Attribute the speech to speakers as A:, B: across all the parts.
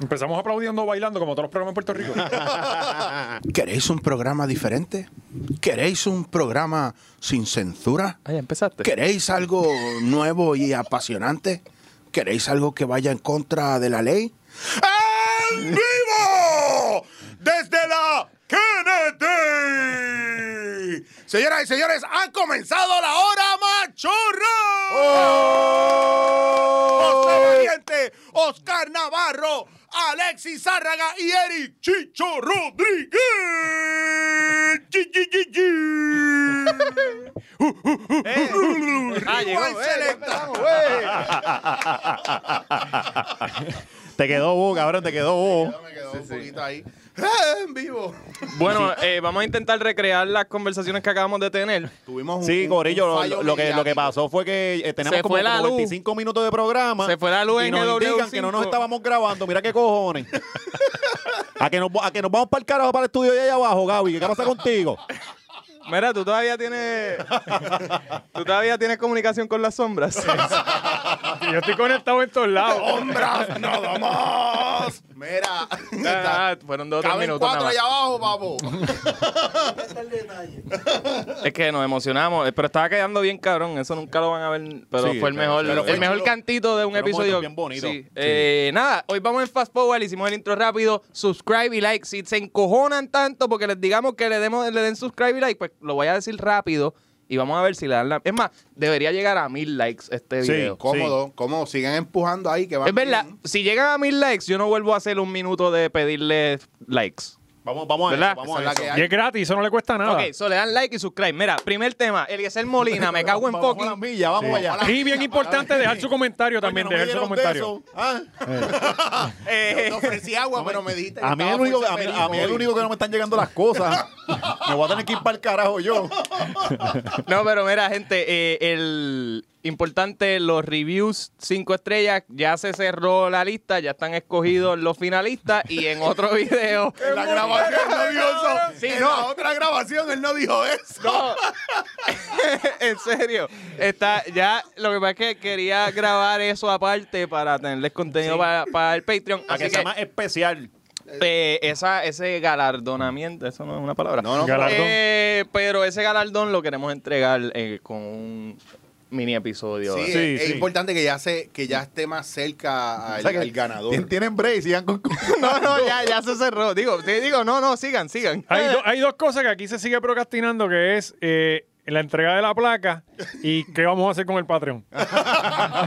A: Empezamos aplaudiendo, bailando, como todos los programas en Puerto Rico.
B: ¿Queréis un programa diferente? ¿Queréis un programa sin censura?
C: Ah, ya empezaste.
B: ¿Queréis algo nuevo y apasionante? ¿Queréis algo que vaya en contra de la ley? ¡En vivo! Desde la Kennedy. Señoras y señores, ha comenzado la hora machorra.
D: Oh.
B: José Valiente, Oscar Navarro, Alexis Zárraga y Eric Chicho Rodríguez. Chi, chi, chi, chi.
C: Ah, llegó.
B: Igual
C: eh,
B: se le-
C: ya empezamos, güey.
D: Te quedó vos, cabrón, te quedó vos.
B: Me quedó un poquito ahí. ¡Eh, En vivo.
C: Bueno, eh, vamos a intentar recrear las conversaciones que acabamos de tener.
B: Tuvimos un,
D: Sí,
B: un-
D: Corillo,
B: un
D: lo-
B: fallo
D: lo, que, lo que
B: mediático.
D: pasó fue que eh, tenemos
C: Se
D: como
C: fue la luz.
D: 45 minutos de programa.
C: Se fue la luz
D: y
C: en
D: nos
C: el
D: indican
C: W5.
D: que no nos estábamos grabando. Mira qué cojones. a, que nos, a que nos vamos para el carajo, para el estudio de allá abajo, Gaby. ¿Qué pasa contigo?
C: Mira, tú todavía tienes. tú todavía tienes comunicación con las sombras.
A: Yo estoy conectado en todos lados.
D: ah,
B: ¡Hombras, nada más! Mira. está-
C: Ah, fueron dos o tres
B: Caben
C: minutos.
B: cuatro
C: nada más.
B: allá abajo, papo.
C: Es que nos emocionamos, eh, pero estaba quedando bien cabrón, eso nunca lo van a ver, pero
D: Sí,
C: fue el
D: pero-
C: mejor,
D: pero
C: el
D: fue
C: mejor
B: chulo.
C: cantito de un
D: Fueron
C: episodio.
D: momentos bien bonitos.
C: Sí.
D: Sí.
C: Eh, nada, hoy vamos en Fast Forward, hicimos el intro rápido, subscribe y like, si se encojonan tanto porque les digamos que le, demos, le den subscribe y like, pues lo voy a decir rápido y vamos a ver si le dan la... Es más, debería llegar a mil likes este
D: Sí.
C: video.
B: Cómodo, cómodo. Siguen empujando ahí que van.
C: Es verdad,
B: bien.
C: si llegan a mil likes, yo no vuelvo a hacer un minuto de pedirle likes.
D: Vamos, vamos a
C: ¿Verdad?
D: eso,
B: Esa
D: vamos a
B: es la
D: eso.
B: que
A: Y es gratis, eso no le cuesta nada.
C: Ok, so le dan like y subscribe. Mira, primer tema, Eliezer Molina, me cago en
D: Vamos a
C: fucking...
D: las millas, vamos allá.
A: Y bien importante dejar su comentario también,
D: Coño, no me
A: dejar su comentario.
D: dieron de eso, ¿ah?
B: Yo Te ofrecí agua, pero me dijiste. que
D: eh, A mí, es el
B: estaba
D: único,
B: muy
D: a, mí,
B: feliz
D: a mí es el
B: hoy.
D: único que no me están llegando las cosas. Me voy a tener que ir para el carajo yo.
C: No, pero mira, gente, eh, el importante, los reviews 5 estrellas, ya se cerró la lista, ya están escogidos los finalistas y en otro video...
B: En la grabación no dijo eso.
C: Sí,
B: en
C: no.
B: la otra grabación él no dijo eso.
C: No. en serio, está ya lo que pasa es que quería grabar eso aparte para tenerles contenido para, para el Patreon.
D: Para
C: Así
D: que
C: que,
D: sea más especial.
C: eh, esa, ese galardonamiento, eso no es una palabra.
B: No, no.
A: Galardón.
C: Eh, pero ese galardón lo queremos entregar eh, con un mini episodio.
B: Sí, es,
C: ¿verdad?
D: eh. Sí,
B: es
D: sí.
B: importante que ya, se, que ya esté más cerca al,
D: O sea que
B: al ganador.
D: tien- Tienen break, sigan con.
C: No, no, ya, ya se cerró. Digo, sí, digo, no, no, sigan, sigan.
A: Hay, do- hay dos cosas que aquí se sigue procrastinando, que es eh, la entrega de la placa y qué vamos a hacer con el Patreon.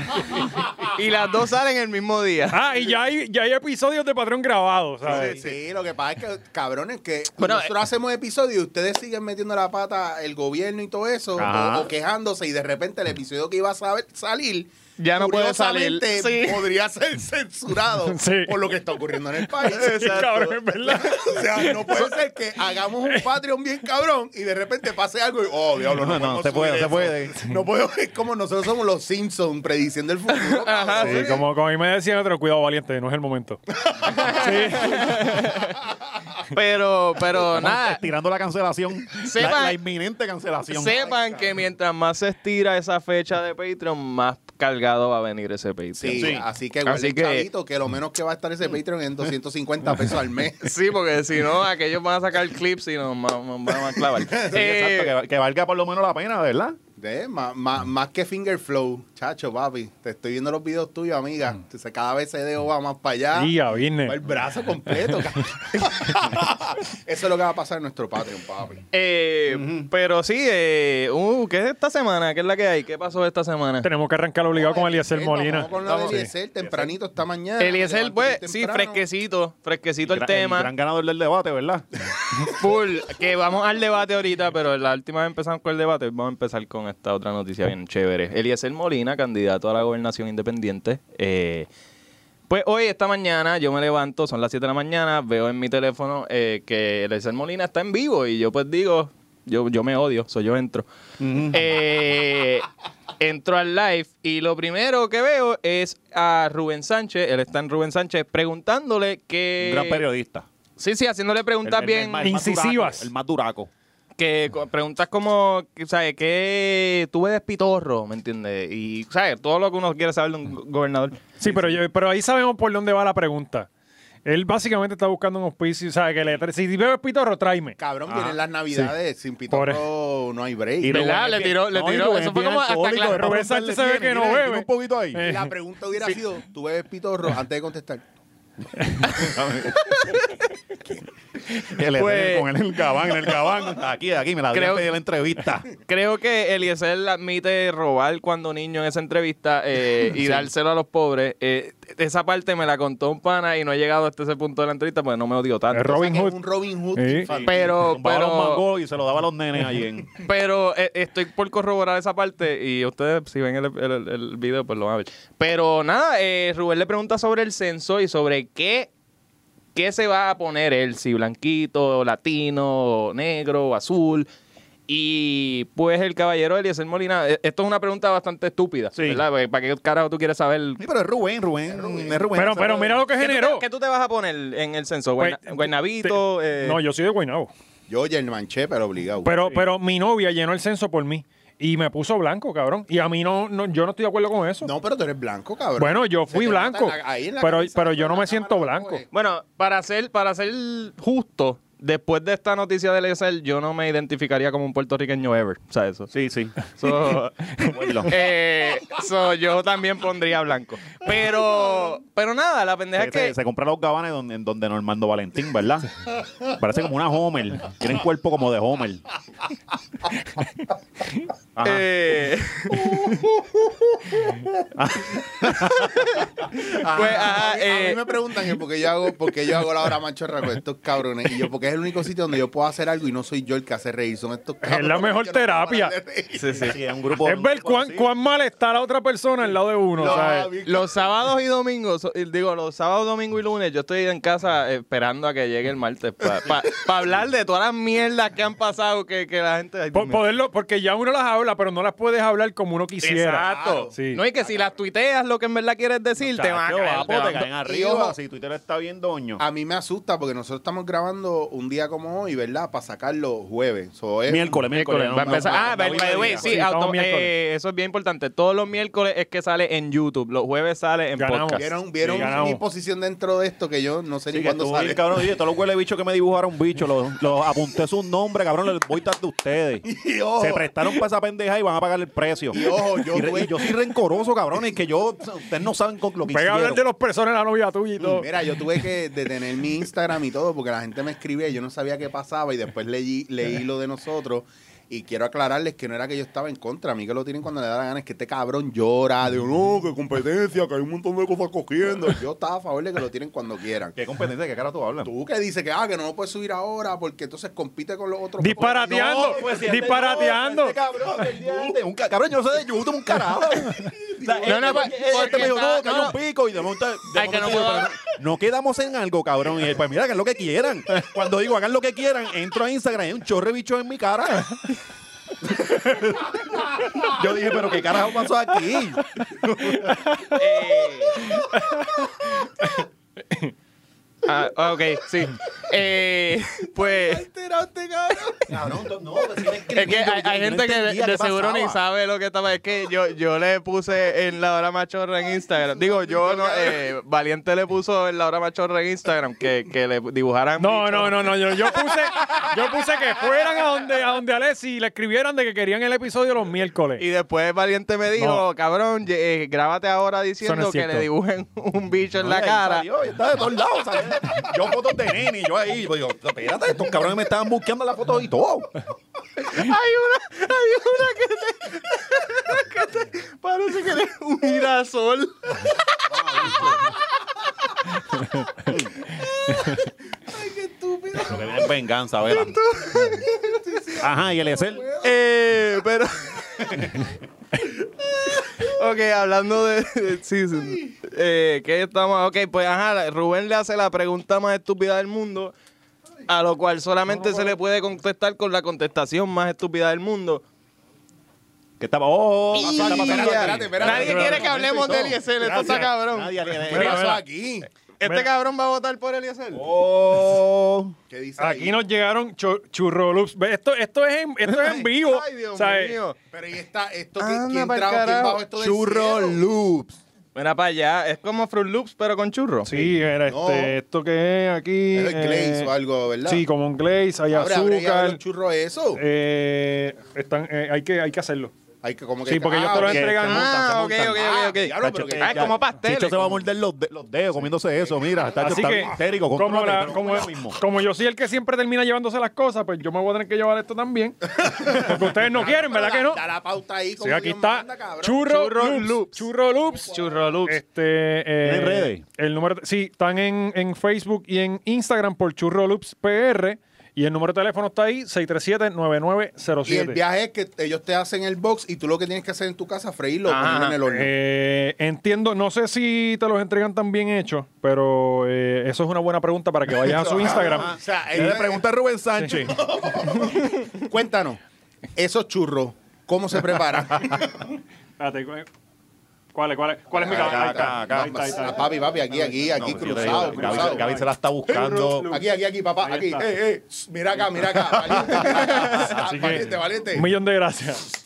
C: Y las dos salen el mismo día.
A: Ah, y ya hay, ya hay episodios de Patreon grabados, ¿sabes?
B: Sí, sí, lo que pasa es que, cabrones, que
C: Bueno, eh,
B: nosotros hacemos episodios y ustedes siguen metiendo la pata el gobierno y todo eso,
D: Ajá.
B: o, o quejándose, y de repente el episodio que iba a saber- salir
C: Ya no puede salir.
B: curiosamente,
C: Sí.
B: podría ser censurado
A: Sí.
B: por lo que está ocurriendo en el país.
A: Qué cabrón, es verdad.
B: o sea, no puede ser que hagamos un Patreon bien cabrón y de repente pase algo y, oh, diablo, no,
D: No, no,
B: podemos
D: se puede,
B: subir
D: se
B: eso.
D: puede.
B: No puedo, es como nosotros somos los Simpsons prediciendo el futuro.
A: Sí,
B: cabrón.
A: como, como a mí me decían otro, cuidado valiente, no es el momento. Ah,
C: Pero, pero nada.
D: Tirando la cancelación.
C: Sepan-
D: la, la inminente cancelación.
C: Sepan que mientras más se estira esa fecha de Patreon, más cargado va a venir ese Patreon.
B: Sí, así que,
C: Así
B: así
C: que-
B: que lo menos que va a estar ese Patreon es en 250 pesos al mes.
C: Sí, porque si no, aquellos van a sacar clips y nos, ma- nos van a clavar.
D: Sí, exacto, que,
C: Eh,
D: va- que valga por lo menos la pena, ¿verdad?
B: De, ma- ma- más que finger flow, chacho, papi. Te estoy viendo los videos tuyos, amiga. Entonces, cada vez ese dedo va más para allá.
A: Día,
B: Va el
A: viernes.
B: brazo completo. cabrón. Eso es lo que va a pasar en nuestro Patreon, papi.
C: eh, Pero sí, eh, uh, ¿qué es esta semana? ¿Qué es la que hay? ¿Qué pasó esta semana?
A: Tenemos que arrancar obligado con Eliezer
B: Eh,
A: Molina.
B: Vamos con la de
C: Vamos.
B: Eliezer, tempranito esta mañana.
C: Eliezer, pues,
B: Levantarse
C: sí,
B: temprano.
C: fresquecito, fresquecito el,
D: Gran-
C: tema.
D: gran ganador del debate, ¿verdad?
C: Full, que vamos al debate ahorita, pero la última vez empezamos con el debate, vamos a empezar con esta otra noticia bien chévere. Eliezer Molina, candidato a la gobernación independiente. eh, pues hoy, esta mañana, yo me levanto, son las 7 de la mañana, veo en mi teléfono eh, que Eliezer Molina está en vivo y yo pues digo, yo, yo me odio, soy yo entro.
D: Mm.
C: Eh, entro al live y lo primero que veo es a Rubén Sánchez, él está en Rubén Sánchez, preguntándole que...
D: Un gran periodista.
C: Sí, sí, haciéndole
D: El-
C: preguntas
D: el-
C: bien
D: el más- el más
A: incisivas.
D: duraco, El más duraco.
C: que co- preguntas como, que, ¿sabes? Que tuve despitorro, ¿me entiendes? Y, ¿sabes? Todo lo que uno quiere saber de un go- gobernador.
A: Sí, pero, yo- pero ahí sabemos por dónde va la pregunta. Él básicamente está buscando un auspicio. O sea, que le tra- si bebes pitorro, tráeme.
B: Cabrón, vienen las navidades, sin pitorro no hay break.
D: Rubén
E: ¿Verdad? Le
D: es
E: tiró-
D: bien-
E: le
D: no, y
E: tiró-
D: Rubén
E: eso
D: es
E: fue
D: bien
E: como hasta
D: alcohólico,
E: claro.
D: Rubén
A: Rubén Sánchez
D: le
A: se ve
D: tiene,
A: que no
D: tiene-
A: bebe.
D: tiene un poquito ahí.
A: Eh.
B: La pregunta hubiera sido, ¿tú bebes pitorro antes de contestar?
D: El
C: Pues-
D: con él en el gabán, en el gabán. Aquí, aquí, me la
C: Creo-
D: dieron de la entrevista.
C: Creo que Eliezer admite robar cuando niño en esa entrevista eh, y dárselo a los pobres. Eh, esa parte me la contó un pana y no he llegado hasta ese punto de la entrevista porque no me odió tanto.
A: Es Robin
B: O sea, que
A: Hood.
B: es Un Robin Hood.
A: Sí.
B: infantil.
C: Pero,
D: Tumbaba los
C: pero,
D: mangos y se lo daba a los nenes ahí en...
C: pero eh, estoy por corroborar esa parte y ustedes si ven el, el- el video pues lo van a ver. Pero nada, eh, Rubén le pregunta sobre el censo y sobre qué, qué se va a poner él, si blanquito, latino, negro, azul. Y pues el caballero Eliezer Molina, eh, esto es una pregunta bastante estúpida,
D: Sí.
C: ¿verdad? Porque ¿Para qué carajo tú quieres saber?
D: Sí, pero es Rubén, Rubén. Es Rubén.
A: Pero,
D: Se
A: pero
D: lo-
A: mira lo que
C: ¿Qué tú,
A: generó.
C: te, qué tú te vas a poner en el censo?
A: Pues,
C: Guayna- ¿Guaynabito?
A: te-
C: eh,
A: No, yo soy de Guaynabo.
B: Yo ya el manché, pero obligado.
A: Pero, pero mi novia llenó el censo por mí y me puso blanco, cabrón. Y a mí no, no yo no estoy de acuerdo con eso.
B: no, pero tú eres blanco, cabrón.
A: bueno, yo
B: Se
A: fui
B: te nota
A: blanco,
B: en la- ahí en la
A: pero,
B: camisa,
A: pero yo
B: en
A: no
B: la
A: me siento
B: cámara,
A: blanco.
B: pues.
C: Bueno, para ser, para ser justo, después de esta noticia de Eliezer, yo no me identificaría como un puertorriqueño ever. O sea, eso.
D: Sí, pues sí.
C: So, eh, so, yo también pondría blanco. Pero, pero nada, la pendeja
D: Se,
C: Este es que.
D: se, se compra los gabanes donde, en donde Normando Valentín, ¿verdad? Parece como una Homer. Tienen cuerpo como de Homer. Ajá.
C: eh,
B: Ah,
C: Pues,
B: a-
C: ajá,
B: a, mí- a
C: eh.
B: mí me preguntan que por qué yo hago, por qué yo hago la hora manchorra con estos cabrones. Y yo, porque es el único sitio donde yo puedo hacer algo y no soy yo el que hace reír. Son estos cabrones.
A: la mejor
B: Yo no puedo parar
A: terapia.
B: de reír.
D: sí, sí. es un grupo.
A: Es ver cuán, cuán mal está la otra persona al lado de uno.
B: No,
A: ¿sabes?
B: bien
C: los sábados y domingos, so- eh, digo, los sábados, domingo y lunes, yo estoy en casa eh, esperando a que llegue el martes para hablar de todas las mierdas que han pasado que, que la gente. ay, Dios
A: Po-
C: mío.
A: poderlo, porque ya uno las habla, pero no las puedes hablar como uno quisiera.
C: Exacto.
A: Sí.
C: No, y que si las tuiteas lo que en verdad quieres decir, te van a caer, te van
D: te
C: a-
D: caen
B: Y
D: arriba.
B: ojo.
D: Si Twitter está bien doño.
B: A mí me asusta porque nosotros estamos grabando un día como hoy, ¿verdad? Para sacarlo jueves. So, es-
D: Miércoles, miércoles.
C: Va a empezar-
D: no,
C: ah,
D: no,
C: by,
D: no,
C: by the
D: no,
C: way,
D: no,
C: sí,
A: Sí, todos
C: auto-
A: miércoles.
C: eh, eso es bien importante. Todos los miércoles es que sale en YouTube, los jueves sale en
A: Ganamos.
C: podcast.
B: Vieron, vieron
A: Sí, ganamos.
B: mi posición dentro de esto que yo no sé
D: Sí,
B: ni
D: que
B: cuándo
D: tú,
B: sale.
D: cabrón, oye, todos los huele bichos que me dibujaron bicho, los, los apunté sus nombres, cabrón, les voy a dar de ustedes.
B: Y ojo,
D: Se prestaron para esa pendeja y van a pagar el precio.
B: Y ojo, yo
D: Y re-
B: tuve-
D: y yo soy rencoroso, cabrón, es que yo, ustedes no saben con lo que
A: Pega a hablar
D: hicieron.
A: de los personas de la novia tuya y todo.
B: Mira, yo tuve que detener mi Instagram y todo porque la gente me escribía y yo no sabía qué pasaba y después leí, leí lo de nosotros. Y quiero aclararles que no era que yo estaba en contra. A mí que lo tienen cuando le da la gana es que este cabrón llora de no, que competencia, que hay un montón de cosas cogiendo. Yo estaba a favor de que lo tienen cuando quieran.
D: ¿Qué competencia? ¿Qué cara tú hablas?
B: Tú que dices que, ah, que no lo puedes subir ahora porque entonces compite con los otros.
A: Disparateando,
D: pues,
A: disparateando.
D: este cabrón, el día antes, un ca- cabrón, yo no sé de YouTube un carajo.
C: No, no,
D: Este- este
C: porque
D: me dijo, no,
C: está-
D: que hay
C: no.
D: un pico y de momento, de
C: Ay, que
D: momento
C: no
D: yo,
C: puedo.
D: pero no- no quedamos en algo, cabrón. Y él, pues mira, hagan lo que quieran. Cuando digo hagan lo que quieran, entro a Instagram y hay un chorre bicho en mi cara. Yo dije, pero qué carajo pasó aquí.
C: Eh. Ah, ah, ok, sí. Eh, pues
D: Cabrón, no,
C: es que hay, hay gente que de, de seguro ni sabe lo que estaba. Es que yo, yo le puse en la hora machorra en Instagram. Digo, yo no, eh, Valiente le puso en la hora machorra en Instagram que, que le dibujaran.
A: No, no, no, no. Yo, yo puse, yo puse que fueran a donde, a donde Alessi y le escribieran de que querían el episodio los miércoles.
C: Y después Valiente me dijo,
A: No.
C: cabrón, ye- eh, grábate ahora
A: Eso no es
C: diciendo que
A: cierto.
C: le dibujen un bicho en la cara.
D: está de todos lados. ¿sabes? Yo fotos de nene, yo ahí. Yo, espérate, estos cabrones me estaban buscando las fotos y todo.
C: Hay una, hay una que te, que te- parece que eres un girasol.
D: Lo que viene es venganza, ¿verdad? Ajá, y el Ezel.
C: Eh, pero. ok, hablando de. de- sí, sí. Eh, ¿Qué estamos? Ok, pues ajá, Rubén le hace la pregunta más estúpida del mundo. A lo cual solamente se le puede contestar con la contestación más estúpida del mundo.
D: Que estaba. ¡Oh!
C: Y-
D: pasó, pasó,
B: espérate, espérate, espérate.
C: Nadie
A: espérate,
C: quiere que hablemos de Eliezer, esto está
D: Gracias.
C: cabrón.
D: Nadie, nadie, nadie.
B: ¿Qué pasó aquí?
C: Este
A: Mira.
C: cabrón va a votar por Eliezer.
D: ¡Oh!
B: ¿Qué dice
A: Aquí
B: ahí?
A: nos llegaron cho- churrolups. Ve, Esto, esto es en, esto es en vivo.
C: Ay, Dios
A: ¿sabes?
C: mío.
B: Pero y está, esto,
C: Anda
B: ¿quién, quién
C: pa'l
B: trajo, quién
C: carajo.
B: bajó esto del
D: Churro
B: cielo?
D: Loops.
C: Mira para allá, es como Fruit Loops, pero con churro.
A: Sí, era
B: No.
A: este, esto que es aquí. eh,
B: Es el glaze o algo, ¿verdad?
A: Sí, como un glaze, hay
B: Abre, abre y abre
A: azúcar.
B: los churros eso.
A: eh, están, eh, hay, que, hay que hacerlo.
B: Hay que como que
A: Sí, porque ellos te lo
B: ok.
A: entregan.
C: Ah, ok, ok, ok,
B: Ah,
C: ok.
B: diablo, pero que-
C: Ah, es como pastel.
D: Chicho se va a morder los, de- los dedos comiéndose eso, mira. Está,
A: Así
D: está
A: que,
D: bien histérico.
A: como,
D: contrólate,
A: la-
D: pero
A: como-
D: come lo mismo.
A: como yo soy el que siempre termina llevándose las cosas, pues yo me voy a tener que llevar esto también. Porque ustedes no quieren, ¿verdad
B: da-
A: que no?
B: Da la pauta ahí.
A: Sí,
B: como
A: aquí
B: Dios
A: está.
B: manda, cabrón.
A: churro,
C: Churro
A: loops,
C: Loops.
A: Churro Loops.
C: Churro Loops.
A: Este, eh,
D: ¿En redes?
A: El número, sí, están en, en Facebook y en Instagram por Churro Loops PR. Y el número de teléfono está ahí,
B: Y el
A: 637-9907.
B: viaje es que ellos te hacen el box y tú lo que tienes que hacer en tu casa es freírlo
C: Ajá.
B: ponerlo en el horno.
A: Eh, entiendo, no sé si te los entregan tan bien hechos, pero eh, eso es una buena pregunta para que vayas a su Instagram.
B: O sea,
D: Y
B: eh,
D: le pregunta a Rubén Sánchez.
A: eh.
B: cuéntanos, esos churros, ¿cómo se preparan?
A: Espérate, ¿cuál, cuál, cuál, cuál es mi
B: Acá,
A: cámara?
B: acá, acá.
A: Ahí está, ahí está.
B: Ah, Papi, papi, aquí, aquí, aquí,
D: No,
B: cruzado,
D: yo te digo, Gaby,
B: cruzado.
D: Gaby se la está buscando.
B: Aquí, aquí, aquí, papá,
A: Ahí
B: aquí.
A: está.
B: Eh, eh, shh, mira acá, mira acá. Valiente, mira acá.
A: Así que,
B: valiente, valiente.
A: Un millón de gracias.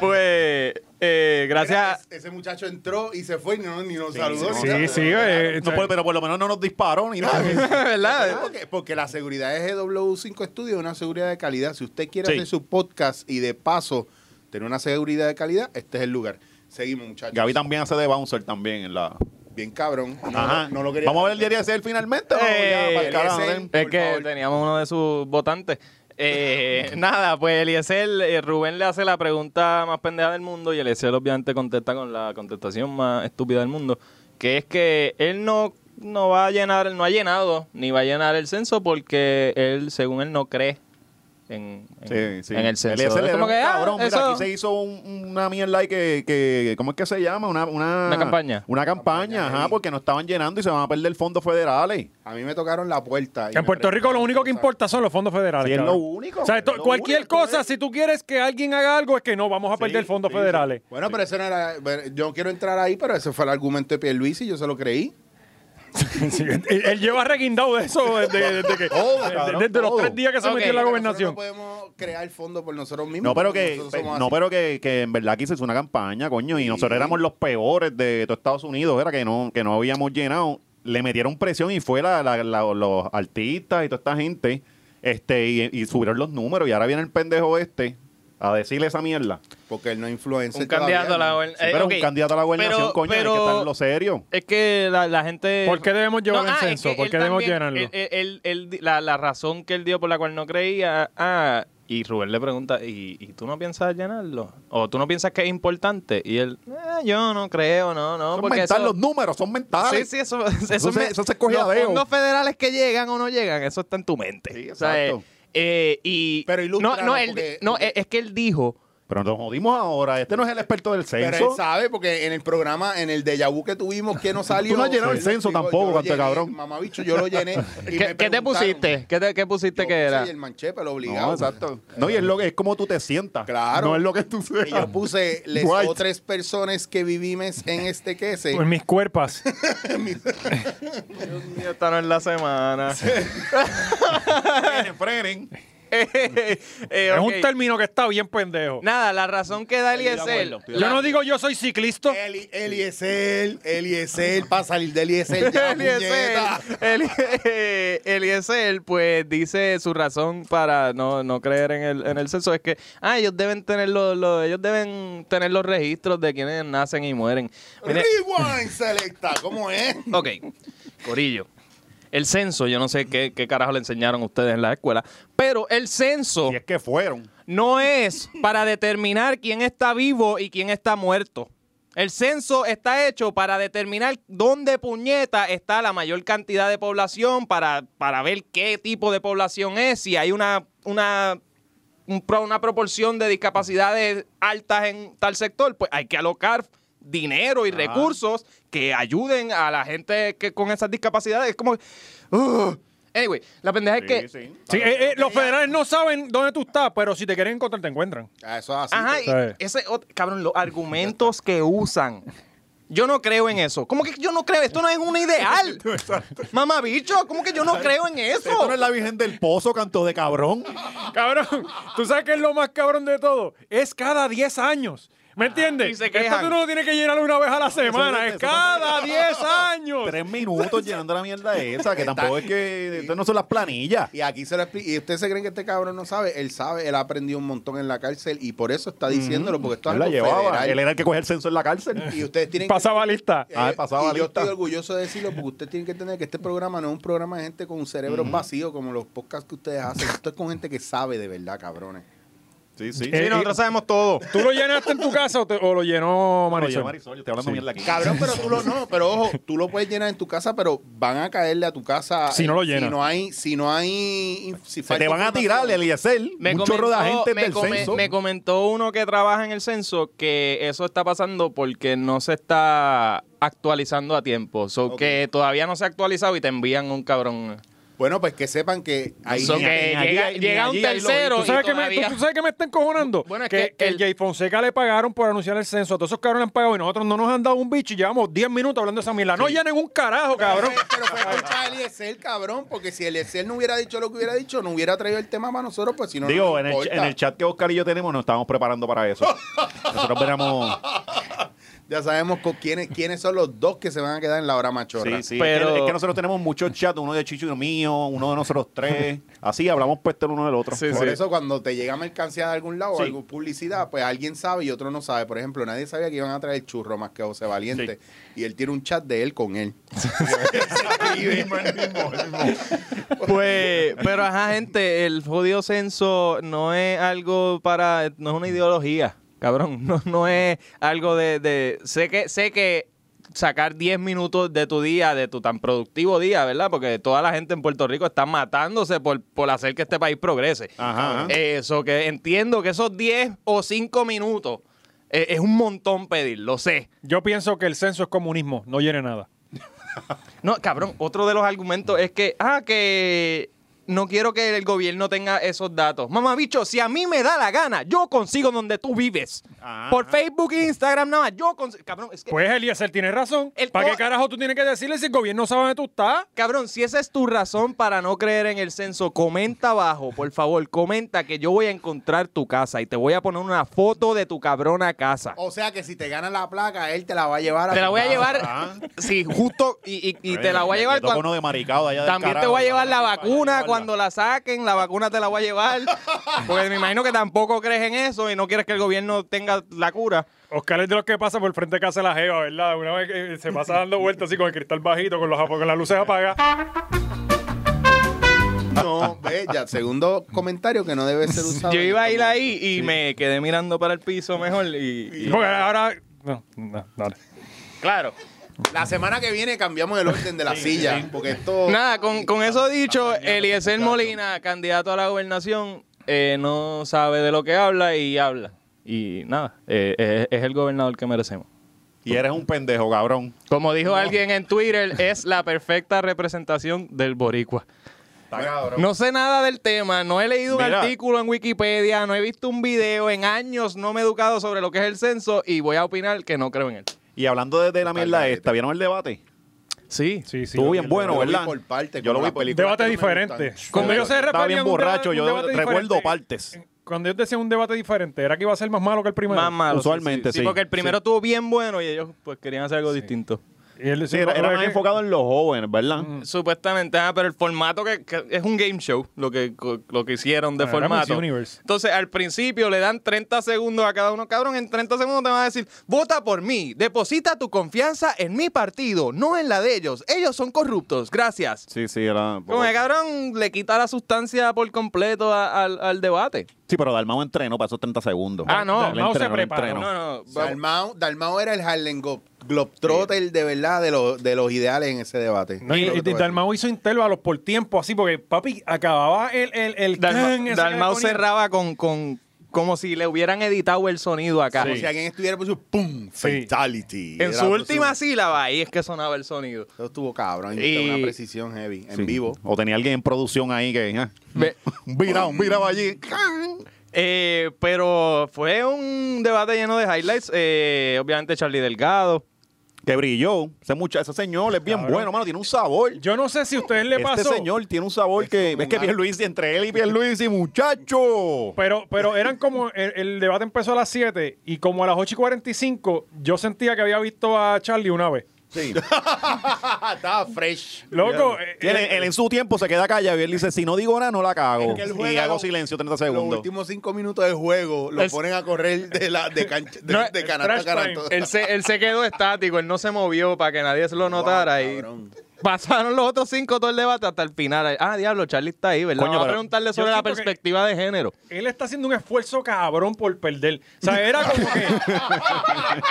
C: Pues, eh,
B: Mira,
C: gracias.
B: es- Ese muchacho entró y se fue y no- ni nos saludó. ni nada.
A: Sí, sí, eh,
D: No, pero- pero por lo menos no nos disparó ni
B: Ah,
D: nada.
C: ¿Verdad?
B: Porque, porque la seguridad E de GW5 Studio es una seguridad de calidad. Si usted quiere
D: Sí.
B: hacer su podcast y de paso tener una seguridad de calidad, este es el lugar. Seguimos, muchachos.
D: Gaby también hace de bouncer también en la.
B: Bien cabrón. No,
D: Ajá.
B: no lo quería.
D: Vamos a ver el diario de ser finalmente. o ya,
C: Eh,
D: para el carajo,
B: ese-
D: ven?
C: Es
B: Por
C: que
B: favor.
C: teníamos uno de sus votantes. Eh, nada, pues Eliezer, eh, Rubén le hace la pregunta más pendeja del mundo y Eliezer obviamente contesta con la contestación más estúpida del mundo, que es que él no, no va a llenar, no ha llenado ni va a llenar el censo porque él, según él, no cree en, en,
D: Sí, sí.
C: en el censo.
D: Eliezer
C: Es
D: era
C: como
D: un
C: que, ah,
D: cabrón. Mira,
C: eso-
D: aquí se hizo un- una mierda ahí que, que. ¿Cómo es que se llama? Una, una,
C: Una campaña.
D: Una campaña, ajá,
B: heavy.
D: porque no estaban llenando y se van a perder fondos federales.
B: A mí me tocaron la puerta. y
A: En
B: me
A: Puerto Rico lo único que
B: preguntaron,
A: importa son los fondos federales.
D: Sí, es lo
A: cabrón.
D: único,
A: O sea, esto-
D: es lo
A: cualquier
D: único,
A: cosa,
D: eh.
A: si tú quieres que alguien haga algo, es que no, vamos a perder fondos federales.
B: Bueno, pero eso no era. bueno, Yo no quiero entrar ahí, pero ese fue el argumento de Pierluisi y yo se lo creí.
A: Sí, él, él lleva reguindado de eso desde, desde que-
D: Todo,
A: desde-
D: cabrón,
A: desde los
D: todo.
A: tres días que se
C: Ok,
A: metió en la
B: Pero
A: gobernación.
B: nosotros No podemos crear fondo por nosotros mismos.
D: No, pero
B: porque
D: que,
B: nosotros somos
D: no,
B: así.
D: pero que, que en verdad que se hizo una campaña, coño, y nosotros éramos los peores de todo Estados Unidos, era que no, que no habíamos llenado. Le metieron presión y fue la, la- la- los artistas y toda esta gente, este, y, y subieron los números, y ahora viene el pendejo este a decirle esa mierda.
B: Porque él no es influencer.
C: Un candidato a la eh,
B: todavía, ¿no?
C: gobernación.
D: Sí, pero un candidato a la gobernación, coño, hay que estar en lo serio.
C: Es que la, la gente. ah,
A: ¿Por qué debemos llevar el
C: es
A: censo?
C: que
A: ¿Por
C: él
A: qué debemos
C: también-
A: llenarlo?
C: él- él- él- él di- la, la razón que él dio por la cual no creía. Ah, y Rubén le pregunta, ¿y, y tú no piensas llenarlo? ¿O tú no piensas que es importante? Y él, "Eh, yo no creo, no, no.
D: son
C: porque
D: mentales
C: eso-
D: los números, son
C: Sí,
D: mentales.
C: sí, eso, eso,
D: Eso se-
C: me-
D: eso se coge a
C: Los
D: dedo.
C: fondos federales que llegan o no llegan, eso está en tu mente.
D: Sí,
C: O sea, eh,
D: exacto.
C: eh, y
B: Pero
C: no,
B: ilústranos,
C: no, él,
B: porque-
C: no, es es que él dijo.
D: Pero nos jodimos ahora, este no es el experto del censo.
B: Pero él sabe, porque en el programa, en el de vu que tuvimos, que no salió.
D: Tú no has llenado el
B: Él
D: censo
B: dijo,
D: tampoco,
B: yo lo
D: canto de
B: llené,
D: cabrón.
B: Mamabicho, yo lo llené. y me
C: ¿Qué, qué te
B: preguntaron.
C: pusiste? ¿Qué, te- qué pusiste
B: Yo
C: que
B: puse
C: era?
B: Y el manchepe, lo obligado.
D: no, exacto. No, y es lo que es como tú te sientas.
B: Claro.
D: No es lo que tú
B: Y
D: seas.
B: yo puse les
D: Right.
B: otras personas que vivimos en este queso.
A: Pues mis cuerpas.
C: Esta no es la semana.
D: frenen.
A: Es un término que está bien pendejo.
C: Eh, Nada, la razón que da
D: Estoy de
C: Eliezer.
D: acuerdo, estoy de
A: Yo
C: la-
A: no digo yo soy ciclista.
B: Eli, Eliezer, Eliezer, para salir de Eliezer. Ya,
C: Eliezer,
B: puñeta.
C: Eli- eh, Eliezer, pues dice su razón para no, no creer en el, en el censo es que ah, ellos deben tener los, los- ellos deben tener los registros de quienes nacen y mueren. Mire,
B: Rewind Selecta, ¿cómo es?
C: Ok, Corillo. El censo, yo no sé qué, qué carajo le enseñaron a ustedes en la escuela, pero el censo
D: Y es que fueron.
C: no es para determinar quién está vivo y quién está muerto. El censo está hecho para determinar dónde puñeta está la mayor cantidad de población, para, para ver qué tipo de población es, si hay una, una, un pro- una proporción de discapacidades altas en tal sector, pues hay que alocar dinero y
A: Ah.
C: recursos que ayuden a la gente que con esas discapacidades. Es como... ugh. anyway, la pendeja es que...
A: Sí, eh, eh, los federales no saben dónde tú estás, pero si te quieren encontrar, te encuentran.
B: Ah, Eso es así.
C: Ajá,
A: Sí, pero-
C: y ese ot- cabrón, los argumentos que usan. Yo no creo en eso. ¿Cómo que yo no creo? Esto no es un ideal. Mamá bicho, ¿cómo que yo no creo en
D: Esto
C: eso?
D: no es la Virgen del Pozo, canto de cabrón.
A: Cabrón, ¿tú sabes qué es lo más cabrón de todo? Es cada 10 años. ¿Me entiendes?
C: Y se
A: Esto
C: quejan.
A: tú no lo tienes que llenar una vez a la semana,
D: eso-
A: es
D: eso-
A: cada 10 años.
D: Tres minutos llenando la mierda esa, que
B: Está-
D: tampoco es que. Entonces no son las planillas.
B: Y aquí se lo explica. Y ustedes se creen que este cabrón no sabe. Él sabe, él ha aprendido un montón en la cárcel y por eso está diciéndolo, porque esto es
D: Él la
B: algo
D: llevaba.
B: federal. Eh.
D: Él era el que cogía el censo en la cárcel.
B: Y ustedes tienen que eh,
A: Pasaba lista.
D: Ah, pasaba
B: y yo
D: lista.
B: estoy orgulloso de decirlo porque ustedes tienen que entender que este programa no es un programa de gente con un cerebro vacío como los podcasts que ustedes hacen. Esto es con gente que sabe de verdad, cabrones.
D: Sí, sí.
A: Eh,
C: Sí, nosotros sabemos todo.
A: ¿Tú lo llenaste en tu casa o, te- o lo llenó
D: Oye,
A: Marisol?
D: Marisol, yo estoy hablando mierda aquí.
B: Cabrón, pero tú lo no, pero ojo, tú lo puedes llenar en tu casa, pero van a caerle a tu casa
A: Si no lo
B: eh,
A: llenas.
B: Si no hay, si no hay, si
D: Se
B: falta
D: te van a tirar,
B: información.
D: Eliezer. Un chorro de agentes
C: me
D: del
C: come-
D: censo.
C: me comentó uno que trabaja en el censo que eso está pasando porque no se está actualizando a tiempo. So
B: Ok.
C: que todavía no se ha actualizado y te envían un cabrón.
B: Bueno, pues que sepan que ahí
C: So que
D: ni allí-
C: llega,
D: ni
C: llega
D: allí
C: un
D: hay lo-
C: tercero
A: ¿Tú
C: y
A: sabes, que me,
C: todavía-
A: tú- tú sabes que me está encojonando?
C: Bueno, es
A: que,
C: que
A: el
C: el-
A: Jay Fonseca le pagaron por anunciar el censo. A todos esos cabrones han pagado y nosotros no nos han dado un bicho y llevamos 10 minutos hablando de esa mierda. No llenen un carajo, cabrón.
B: Pero fue culpa de Eliezer, cabrón, porque si Eliezer no hubiera dicho lo que hubiera dicho, no hubiera traído el tema para nosotros, pues si no. no
D: Digo,
B: nos
D: en el,
B: importa.
D: en el chat que Oscar y yo tenemos, nos estábamos preparando para eso. Nosotros veremos.
B: Ya sabemos con quiénes, quiénes son los dos que se van a quedar en la hora machorra.
D: Sí, sí.
C: Pero-
D: Es, que, es que nosotros tenemos muchos chats, uno de Chicho y uno mío, uno de nosotros tres. Así hablamos puesto el uno del otro.
C: Sí,
B: Por
C: sí.
B: eso cuando te llega mercancía de algún lado,
D: Sí.
B: alguna publicidad, pues alguien sabe y otro no sabe. Por ejemplo, nadie sabía que iban a traer churro más que José Valiente. Y él tiene un chat de él con él.
C: Pues, pero ajá, gente, el jodido censo no es algo para, no es una ideología, cabrón, no, no es algo de, de- sé que, sé que sacar 10 minutos de tu día, de tu tan productivo día, ¿verdad? Porque toda la gente en Puerto Rico está matándose por, por hacer que este país progrese.
D: Ajá.
C: Eh,
D: ajá.
C: Eso, que entiendo que esos 10 o 5 minutos eh, es un montón pedir, lo sé.
A: Yo pienso que el censo es comunismo, no llene nada.
C: No, cabrón, otro de los argumentos es que, ah, que no quiero que el gobierno tenga esos datos. Mamá, bicho, si a mí me da la gana, yo consigo donde tú vives.
D: Ajá.
C: Por Facebook e Instagram nada más, yo consigo. Cabrón, es que,
A: Pues Eliezer tiene razón.
C: El
A: ¿Para qué
C: co-
A: carajo tú tienes que decirle si el gobierno sabe dónde tú estás?
C: cabrón, si esa es tu razón para no creer en el censo, comenta abajo, por favor, comenta que yo voy a encontrar tu casa y te voy a poner una foto de tu cabrona casa.
B: O sea que si te gana la placa, él te la va a llevar a
C: Te
B: tu
C: la voy a
B: casa.
D: Ajá.
C: llevar, sí, justo, y, y- y te la voy a
D: Le-
C: llevar
D: le toca
C: cuando-
D: uno de maricao de allá del
C: También te
D: carajo,
C: voy a llevar la
D: para
C: vacuna
D: llevarla.
C: cuando la saquen, la vacuna te la voy a llevar. Porque me imagino que tampoco crees en eso y no quieres que el gobierno tenga la cura.
A: Oscar es de los que pasa por el frente de casa de la jeva, ¿verdad? Una vez que eh, se pasa dando vueltas así con el cristal bajito, con, los, ap- con las luces apagadas.
B: No, bella. Segundo comentario que no debe ser usado. este
C: Yo iba a ir ahí y me quedé mirando para el piso mejor y... y-
A: Porque ahora... No, no, no.
C: claro.
B: La semana que viene cambiamos el orden de la silla. Porque esto.
C: Nada, con, con eso dicho, Eliezer Molina, candidato a la gobernación, eh, no sabe de lo que habla y habla. Y nada, eh, es- es el gobernador que merecemos.
D: Y eres un pendejo, cabrón.
C: Como dijo alguien en Twitter, es la perfecta representación del boricua.
D: Está cabrón.
C: No sé nada del tema, no he leído un
D: Mira.
C: artículo en Wikipedia, no he visto un video en años, no me he educado sobre lo que es el censo y voy a opinar que no creo en él.
D: Y hablando de, de la mierda
B: Algarete.
D: esta, ¿vieron el debate?
C: Sí.
A: Sí, sí.
D: Estuvo bien bueno,
B: Yo lo vi
D: ¿verdad?
B: por parte,
D: yo lo
B: como
D: vi
B: la
D: por
B: película.
A: Debate
B: que no me
A: diferente.
B: gustan.
A: Cuando yo se
D: Estaba
A: refería
D: bien
A: a un deba-
D: borracho,
A: un
D: yo
A: debate
D: recuerdo
A: diferente,
D: partes.
A: Cuando ellos decían un debate diferente, era que iba a ser más malo que el primero.
C: Más malo. sí,
D: Usualmente, sí.
C: porque el primero estuvo bien bueno y ellos pues querían hacer algo distinto.
A: Y él-
D: Sí, era, era
A: porque-
D: más enfocado en los jóvenes, ¿verdad?
C: Mm. Supuestamente, ah, pero el formato que, que es un game show, lo que, lo que hicieron de
A: Ah, era
C: formato.
A: Miss Universe.
C: Entonces, al principio le dan 30 segundos a cada uno. Cabrón, en 30 segundos te van a decir, vota por mí, deposita tu confianza en mi partido, no en la de ellos. Ellos son corruptos, gracias.
D: Sí, sí, era...
C: Como que, cabrón, le quita la sustancia por completo a- al, al debate.
D: Sí, pero Dalmau entrenó para esos 30 segundos.
C: Ah, no,
D: Él
A: Dalmau se
D: entrenó, él
A: preparó.
D: entrenó.
C: No, no, vamos.
B: Dalmau, Dalmau era el Harlem Glo- Globetrotter de verdad de, los de los ideales en ese debate.
A: No, y,
B: Lo que
A: y-
B: tú
A: y
B: vas a
A: Dalmau hizo intervalos por tiempo, así, porque papi acababa el. el, el can
C: Dalma-
A: ese que
C: Dalmau
A: le ponía.
C: cerraba con, con- como si le hubieran editado el sonido acá.
B: decir. Como si alguien estuviera por su ¡pum!
A: Sí.
B: Fatality.
C: en
B: Era
C: su
B: por
C: última sílaba, ahí es que sonaba el sonido.
B: Eso estuvo cabrón.
C: Y-
B: Una precisión heavy. En
D: Sí.
B: vivo.
D: O tenía alguien en producción ahí que... ah,
C: Ve-
D: Un virado, un virado allí.
C: Eh, pero fue un debate lleno de highlights. Eh, obviamente Charlie Delgado
D: que brilló. Ese, mucha, ese señor es bien
A: Cabrón.
D: bueno, mano, tiene un sabor.
A: Yo no sé si a ustedes les
D: Este
A: pasó.
D: señor tiene un sabor
B: Es
D: que.
B: como
D: Es que
B: un
D: Pierluisi, entre él y Pierluisi, muchacho.
A: Pero, pero eran como. El, el debate empezó a las 7 y como a las 8 y 45, yo sentía que había visto a Charlie una vez.
B: Sí. Estaba fresh.
A: Loco,
B: Mira,
A: eh,
D: Y él, él en su tiempo se queda callado y él dice: Si no digo nada, no la cago.
B: es que él
D: y
B: juega
D: hago
B: lo-
D: silencio 30
B: Los
D: segundos.
B: últimos cinco minutos del juego lo
C: Es-
B: ponen a correr de, la, de, cancha, de,
C: No,
B: de canasta a
A: trash time.
B: canasta.
C: Él se, él se quedó estático, él no se movió para que nadie se lo notara. y
B: cabrón.
C: pasaron los otros cinco todo el debate hasta el final. Ah, diablo, Charlie está ahí, ¿verdad?
D: Coño,
C: Vamos a
D: pero-
C: preguntarle sobre
A: Yo
C: la
A: siento que-
C: perspectiva de género.
A: él está haciendo un esfuerzo cabrón por perder. O sea, era como que.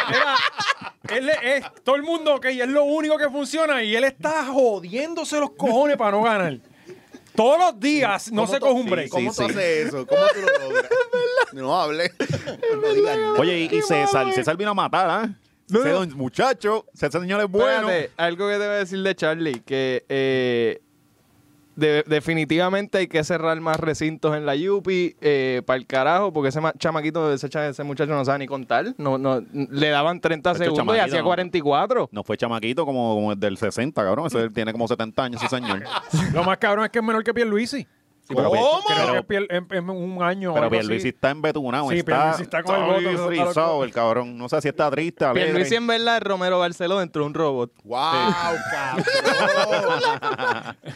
A: era- él es, todo el mundo, ok, es lo único que funciona y él está jodiéndose los cojones para no ganar. Todos los días no
B: ¿Cómo
A: se
B: tú-
A: coge un
B: sí,
A: break.
B: ¿Cómo
D: Sí,
B: tú
D: sí.
B: haces eso? ¿Cómo tú lo logras? no hable. No digas nada.
D: Oye, y, y César, César vino a matar, ¿ah? Ese don- muchacho, ese señor es bueno.
C: Espérate, algo que te voy a decir de Charlie, que eh, de- definitivamente hay que cerrar más recintos en la Yupi para el carajo, porque ese ma- chamaquito, ese, cha- ese muchacho no sabe ni contar. No, no, le daban 30
D: Este
C: segundos y
D: chamaquito
C: hacía
D: no.
C: 44.
D: No fue chamaquito como, como el del 60, cabrón. Ese tiene como 70 años ese señor.
A: Lo más cabrón es que es menor que Pierluisi.
D: Sí, pero-
C: ¿Cómo?
A: Creo
D: Pero,
A: que Pier- en, en un año. o
D: pero
A: algo así.
D: Pierluisi está embetunado.
A: Sí,
D: está,
A: Pierluisi está con el voto, eso está
D: frisado,
A: loco.
D: el cabrón. No sé si está triste, alegre.
C: Pierluisi en verdad es Romero Barceló dentro de un robot.
B: ¡Wow, cabrón!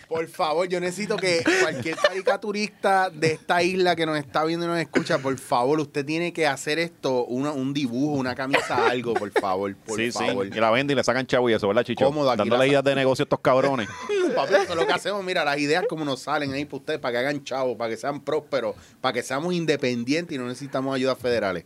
B: Por favor, yo necesito que cualquier caricaturista de esta isla que nos está viendo y nos escucha, por favor, usted tiene que hacer esto, una- un dibujo, una camisa, algo, por favor, por
D: sí,
B: favor.
D: sí. Y la vende y le sacan chavo y eso, ¿verdad, Chicho?
B: Cómodo, aquí
D: Dándole
B: la-
D: ideas de negocio a estos cabrones.
B: Papi, eso es lo que hacemos, mira, las ideas como nos salen ahí para ustedes, para que hagan chavos, para que sean prósperos, para que seamos independientes y no necesitamos ayudas federales.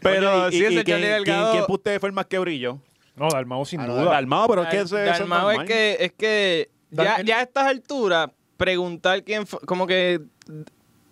C: Pero
D: Oye,
C: sí,
D: quién,
C: ese Charlie
D: quién,
C: Delgado...
D: quién para ustedes fue el más que brilló?
A: No, Dalmau sin
B: Ah, no,
A: duda.
D: Dalmao, pero es que
C: Dal-
D: ese eso
C: Dalmao es
D: normal.
C: que, es que ya,
A: Dal-
C: ya a estas alturas, preguntar quién fue- como que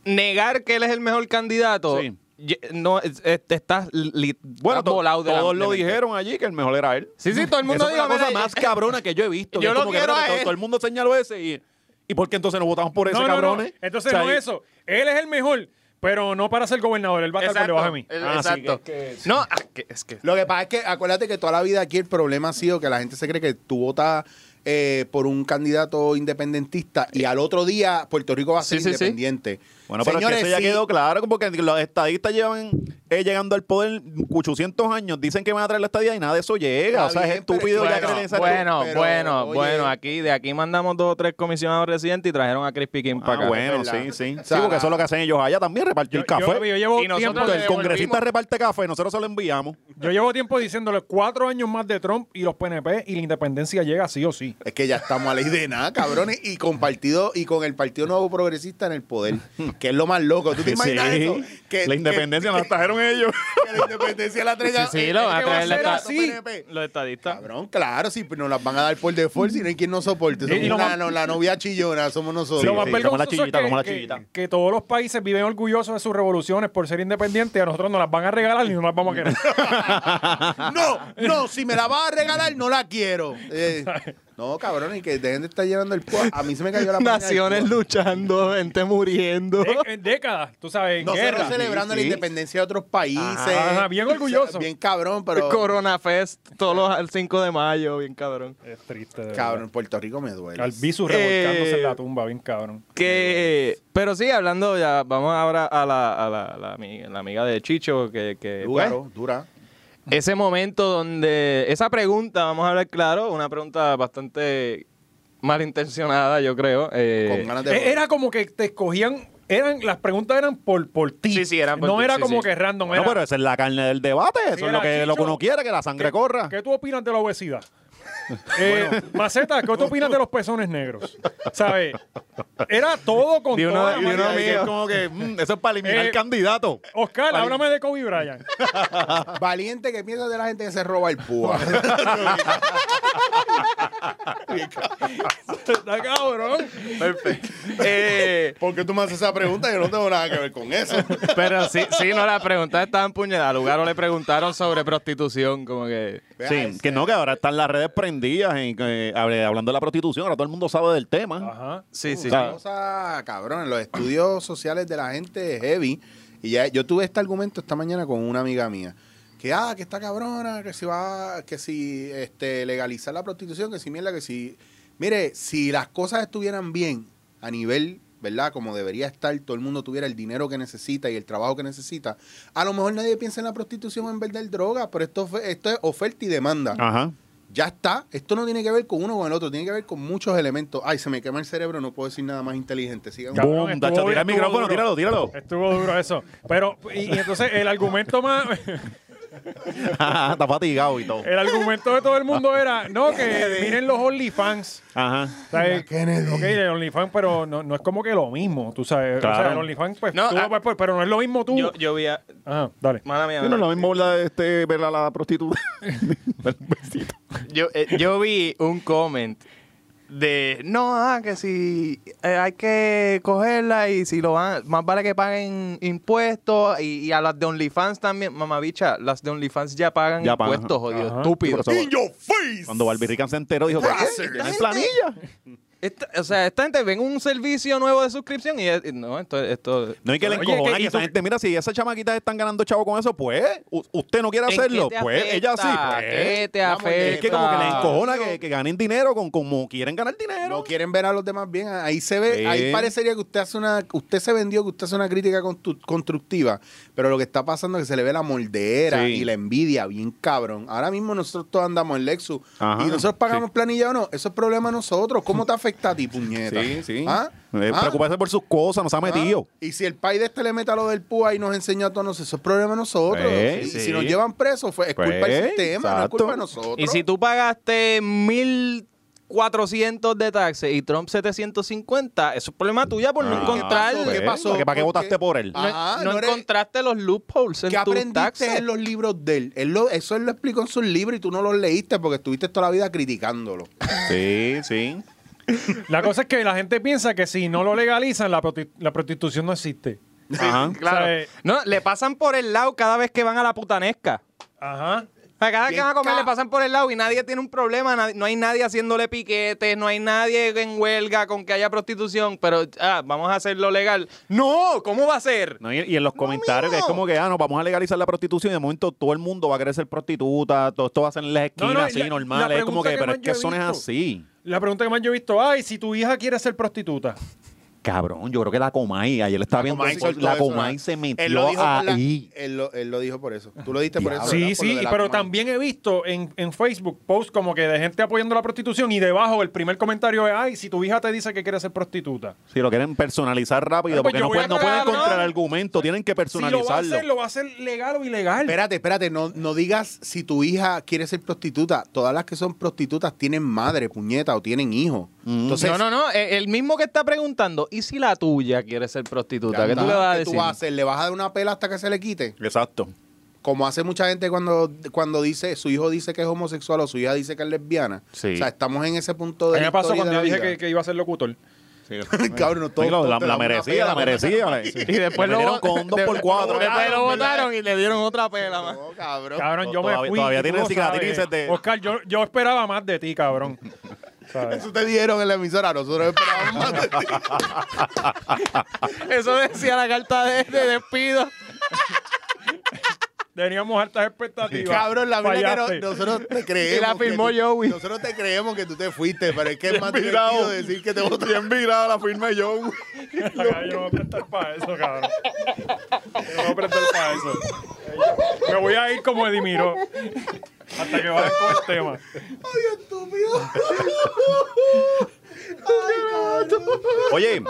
C: negar que él es el mejor candidato,
D: Sí.
C: ye- no, es- es- te estás, li-
D: Bueno,
C: estás
D: to-
C: volado de la-
D: todos
C: de
D: lo
C: mente.
D: dijeron allí que el mejor era él.
C: Sí, sí, todo el mundo
D: Esa fue
C: dijo,
D: la cosa
C: "Mira,
D: más
C: eh,
D: cabrona que yo he visto. que
C: yo
D: es
C: lo
D: como que,
C: quiero
D: espérate,
C: a
D: todo,
C: él.
D: todo el mundo señaló ese y, y ¿por qué entonces no votamos por ese,
A: No, no, no.
D: cabrones?
A: Entonces
D: O sea,
A: no
D: ahí-
A: eso. Él es el mejor, pero no para ser gobernador. Él va a estar por
C: Exacto,
A: debajo de mí.
C: el-
D: Ah, sí,
C: exacto. No, ah, que- es que
B: Lo que pasa es que acuérdate que toda la vida aquí el problema ha sido que la gente se cree que tú votas eh, por un candidato independentista y al otro día Puerto Rico va a ser
C: Sí, sí, sí.
B: independiente.
D: Bueno, pero
B: Señores,
D: que eso ya
B: sí,
D: quedó claro, porque los estadistas llevan eh, llegando al poder 800 años, dicen que van a traer la estadía y nada de eso
B: Está
D: llega. o sea, es
B: bien, pero-
D: estúpido ya
B: Bueno,
D: creer en esa
C: bueno,
B: pero,
C: bueno,
B: oye.
C: bueno, aquí de aquí mandamos dos o tres comisionados residentes y trajeron a Crispy King para
D: Ah,
C: acá.
D: bueno,
B: es
D: sí,
B: verdad.
D: sí.
B: O
D: Sí,
B: sea,
D: porque
B: la-
D: eso es lo que hacen ellos allá también, repartir
A: Yo-
D: café.
A: yo- yo llevo
C: Y nosotros
A: tiempo-
C: le
D: el congresista reparte café, nosotros se lo enviamos.
A: Yo llevo tiempo diciéndole cuatro años más de Trump y los PNP y la independencia llega sí o sí.
B: Es que ya estamos a ley de nada, cabrones, y con partido y con el Partido Nuevo Progresista en el poder, que es lo más loco. ¿Tú te imaginas
D: Sí,
B: eso? Que,
D: la independencia nos la trajeron ellos.
B: que- que la independencia la traiga.
C: Sí, sí, lo
B: es
C: van a
B: que va
C: traer la
B: ser
C: esta-
B: así. PNP.
C: Los estadistas.
B: Cabrón, claro, sí, pero nos las van a dar por default si no hay quien nos soporte. Somos
A: Y lo
B: una-
A: más-
B: no- la novia chillona, somos nosotros.
A: Lo
D: Sí,
A: más
D: sí, como
A: vergonzoso
D: la chillita,
A: es que,
D: como la
A: que-
D: chillita.
A: que todos los países viven orgullosos de sus revoluciones por ser independientes y a nosotros nos las van a regalar y no las vamos a querer.
B: No, no, si me la vas a regalar, no la quiero. Eh, no, cabrón, y que dejen de estar llenando el cuadro. A mí se me cayó la página del
C: Naciones
B: culo.
C: luchando, gente muriendo.
A: De- en décadas, tú sabes, en
B: Nosotros
A: guerra.
B: celebrando la independencia de otros países.
A: Ajá, bien
B: O sea,
A: orgulloso.
B: Bien cabrón, pero.
C: Corona Fest todos los al 5 de mayo, bien cabrón.
A: Es triste, de verdad.
B: Cabrón, Puerto Rico me duele.
A: Albizu revolcándose
C: Eh,
A: en la tumba, bien cabrón.
C: Que, pero sí, hablando ya, vamos ahora a la, a la, a la amiga, la amiga de Chicho, que, que
B: Duro, Eh, dura.
C: pues, ese momento donde, esa pregunta, vamos a hablar claro, una pregunta bastante malintencionada, yo creo. eh,
B: Con ganas de.
A: Eh, Era como que te escogían, eran, las preguntas eran por, por ti.
C: Sí, sí, eran por
A: No
C: ti,
A: era
C: sí,
A: como
C: sí.
A: que random.
D: No,
A: era,
D: pero esa es la carne del debate. Eso
A: Sí,
D: es
A: era,
D: lo que, lo que
A: Chicho,
D: uno quiere, que la sangre corra.
A: ¿Qué tú opinas de la obesidad? Eh, Maceta, ¿qué tú opinas de los pezones negros? ¿Sabes? Era todo con
C: De uno-
A: toda la
C: de uno
A: maldad.
C: amigo.
D: es como que, mm, eso es para eliminar
A: Eh,
D: candidato.
A: Oscar, háblame de Kobe Bryant.
B: Valiente que piensa de la gente que se roba el púa.
A: Está cabrón.
C: Perfecto. Eh, Entonces,
B: ¿Por qué tú me haces esa pregunta? Yo no tengo nada que ver con eso.
C: pero sí, sí, no, la pregunta estaba empuñada. A Lugaro le preguntaron sobre prostitución, como que...
B: Vea,
D: Sí,
B: ese-
D: que no, que ahora están las redes prendidas en- eh, hable- hablando de la prostitución, ahora todo el mundo sabe del tema.
A: Ajá.
C: Sí, sí.
B: Una cosa, cabrón, en los estudios sociales de la gente es heavy. Y ya yo tuve este argumento esta mañana con una amiga mía. Que ah, que está cabrona, que si va, que si este legalizar la prostitución, que si mierda, que si. Mire, si las cosas estuvieran bien a nivel, ¿verdad? Como debería estar, todo el mundo tuviera el dinero que necesita y el trabajo que necesita, a lo mejor nadie piensa en la prostitución en vender droga, pero esto, fue- esto es oferta y demanda.
D: Ajá.
B: Ya está. Esto no tiene que ver con uno o con el otro, tiene que ver con muchos elementos. Ay, se me quema el cerebro, no puedo decir nada más inteligente. Sigan.
A: Cabrón,
D: Boom,
A: estuvo-
D: tacho, tira el
A: estuvo
D: micrófono,
A: duro.
D: tíralo, tíralo.
A: Estuvo duro eso. Pero, y, y entonces el argumento más,
D: Ajá, Está fatigado y todo.
A: el argumento de todo el mundo era, no, que miren los OnlyFans.
D: Ajá.
A: O sea, el- Ok, el OnlyFans, pero no, no es como que lo mismo, tú sabes. O
D: Claro.
A: sea, el OnlyFans, pues,
C: No,
A: tú
C: ah-
A: lo puedes poner, pero no es lo mismo tú.
C: Yo, yo vi a...
A: Ajá, dale.
C: Mala mía.
D: Sí, no es lo mismo hablar de este, ver a la prostituta.
C: Yo, eh, yo vi un comment de no, ah, que si eh, hay que cogerla y si lo van, más vale que paguen impuestos y, y a las de OnlyFans también, mamabicha, las de OnlyFans ya pagan
D: Ya pagan.
C: impuestos, jodido,
A: Ajá.
C: estúpido.
D: Sí, pero eso-
B: your face!
D: Cuando Barbie Rican se enteró, dijo, ¿qué?
B: Bastard.
D: ¿Tienen planilla?
C: Esta- o sea, esta gente ven un servicio nuevo de suscripción y, es- y no, esto, esto
D: No hay que le
A: Oye,
D: encojona
A: que-
D: que
A: y
D: esa
A: tú-
D: gente, mira, si esas chamaquitas están ganando chavo con eso, pues, u- usted no quiere
C: ¿En qué
D: hacerlo,
C: te
D: pues, ella sí,
C: afecta?
D: pues.
C: ¿Qué te
D: Vamos, Es que como que le
C: afecta?
D: encojona que, que ganen dinero con como quieren ganar dinero.
B: No quieren ver a los demás bien. Ahí se ve,
D: Sí.
B: ahí parecería que usted hace una, usted se vendió, que usted hace una crítica constru- constructiva, pero lo que está pasando es que se le ve la moldera
D: Sí.
B: y la envidia bien cabrón. Ahora mismo nosotros todos andamos en Lexus
D: Ajá.
B: y nosotros pagamos planilla o no, eso es problema de nosotros. ¿Cómo te afecta a ti, puñeta?
D: Sí, sí.
B: ¿Ah?
D: Eh,
B: ¿Ah?
D: Preocuparse por sus cosas, nos ha metido.
B: Ah, Y si el país de este le mete a lo del PUA y nos enseña a todos, nosotros, eso es problema de nosotros.
D: Pues,
B: y
D: sí.
B: si nos llevan presos, fue, es culpa
D: Pues,
B: del sistema, no es
D: exacto.
B: culpa de nosotros.
C: Y si tú pagaste 1400 de taxes y Trump 750, eso es problema tuya por no
D: Ah,
C: encontrar
B: ¿qué
D: pues,
B: pasó?
D: ¿Para qué
B: ¿Por
D: votaste
B: qué?
D: por él?
C: no,
B: Ajá,
C: no
B: Ah, no eres-
C: encontraste los loopholes en
B: ¿Qué
C: tus
B: aprendiste
C: taxes.
B: en los libros de él? Él lo- eso él lo explicó en sus libros y tú no los leíste porque estuviste toda la vida criticándolo.
D: Pues, Sí, sí.
A: La cosa es que la gente piensa que si no lo legalizan, la, proti- la prostitución no existe.
D: Ajá.
A: claro. O sea, eh,
C: No, le pasan por el lado cada vez que van a la putanesca.
A: Ajá.
C: A cada que
B: Bien
C: van a comer
B: ca-
C: le pasan por el lado y nadie tiene un problema, nadie- no hay nadie haciéndole piquetes, no hay nadie en huelga con que haya prostitución, pero ah, vamos a hacerlo legal. No, ¿cómo va a ser?
D: No, y, y en los comentarios que es como que, ah, no, vamos a legalizar la prostitución y de momento todo el mundo va a querer ser prostituta, todo esto va a ser en las
A: No,
D: esquinas
A: no, y
D: así,
A: la-
D: normal.
A: la
D: Es como
A: pregunta
D: que,
A: que
D: pero
A: más
D: es que
A: yo he
D: eso no es
A: visto-
D: así.
A: La pregunta que más yo he visto, ay, si tu hija quiere ser prostituta.
D: Cabrón, yo creo que la Comay, ayer le estaba
B: La
D: viendo,
B: Comay
D: por-
B: soltó
D: la
B: eso,
D: Comay
B: ¿no?
D: se
B: Él lo,
D: metió
B: dijo por la-
D: ahí.
B: él lo- él lo dijo por eso. Tú lo diste por eso.
A: Sí,
B: Ah, ¿verdad? Por lo
A: sí,
B: de la
A: pero
B: Comay.
A: también he visto en, en Facebook posts como que de gente apoyando la prostitución y debajo el primer comentario es, ay, si tu hija te dice que quiere ser prostituta.
D: Si lo quieren personalizar rápido,
A: Pues
D: porque
A: yo
D: no
A: voy a
D: pueden, no
A: pagar,
D: pueden
A: ¿no?
D: encontrar argumento, tienen
A: Si
D: que
A: lo va a
D: personalizarlo.
A: hacer, lo va a hacer legal o ilegal.
B: Espérate, espérate, no, no digas si tu hija quiere ser prostituta. Todas las que son prostitutas tienen madre, puñeta, o tienen hijos.
D: Mm.
B: Entonces,
C: no, no, no, e- el mismo que está preguntando, ¿y si la tuya quiere ser prostituta?
B: ya
C: ¿Qué tú
B: está.
C: le vas a
B: ¿Qué tú
C: decir?
B: vas a hacer? ¿Le vas a dar una pela hasta que se le quite?
D: Exacto.
B: Como hace mucha gente cuando, cuando dice, su hijo dice que es homosexual o su hija dice que es lesbiana.
D: Sí.
B: O sea, estamos en ese punto
A: A
B: de
A: mí me
B: la
A: pasó
B: historia
A: cuando
B: de
A: yo
B: la
A: dije
B: vida.
A: que, que iba a ser locutor.
B: Cabrón, todo,
D: Digo, la, la merecía, la merecía. la-
C: Y después
D: Le
C: lo
D: metieron con un dos por cuatro.
C: Después lo votaron y le dieron otra pela más.
B: cabrón.
A: Cabrón, yo me
D: Todavía-
A: fui.
D: todavía
A: y tú
D: tiene
A: lo
D: cicatrices
A: sabes.
D: de-
A: Oscar, yo, yo esperaba más de ti, cabrón. ¿Sabes?
B: Eso te dieron en la emisora, nosotros esperábamos más de ti.
C: Eso decía la carta de, de despido.
A: Teníamos altas expectativas.
B: Cabrón, la verdad que
A: Fallaste.
B: no- nosotros te creemos.
C: Y la
B: que
C: firmó
B: tú-
C: Joey.
B: Nosotros te creemos que tú te fuiste, pero es que es más
D: virado.
B: divertido decir que te votaron. Bien virada la firma Joey.
A: La cara, yo no voy a prestar para eso, cabrón. Yo no voy a prestar para eso. Me voy a ir como Edimiro. Hasta que vayan con el tema.
B: Dios estúpido.
D: Oye,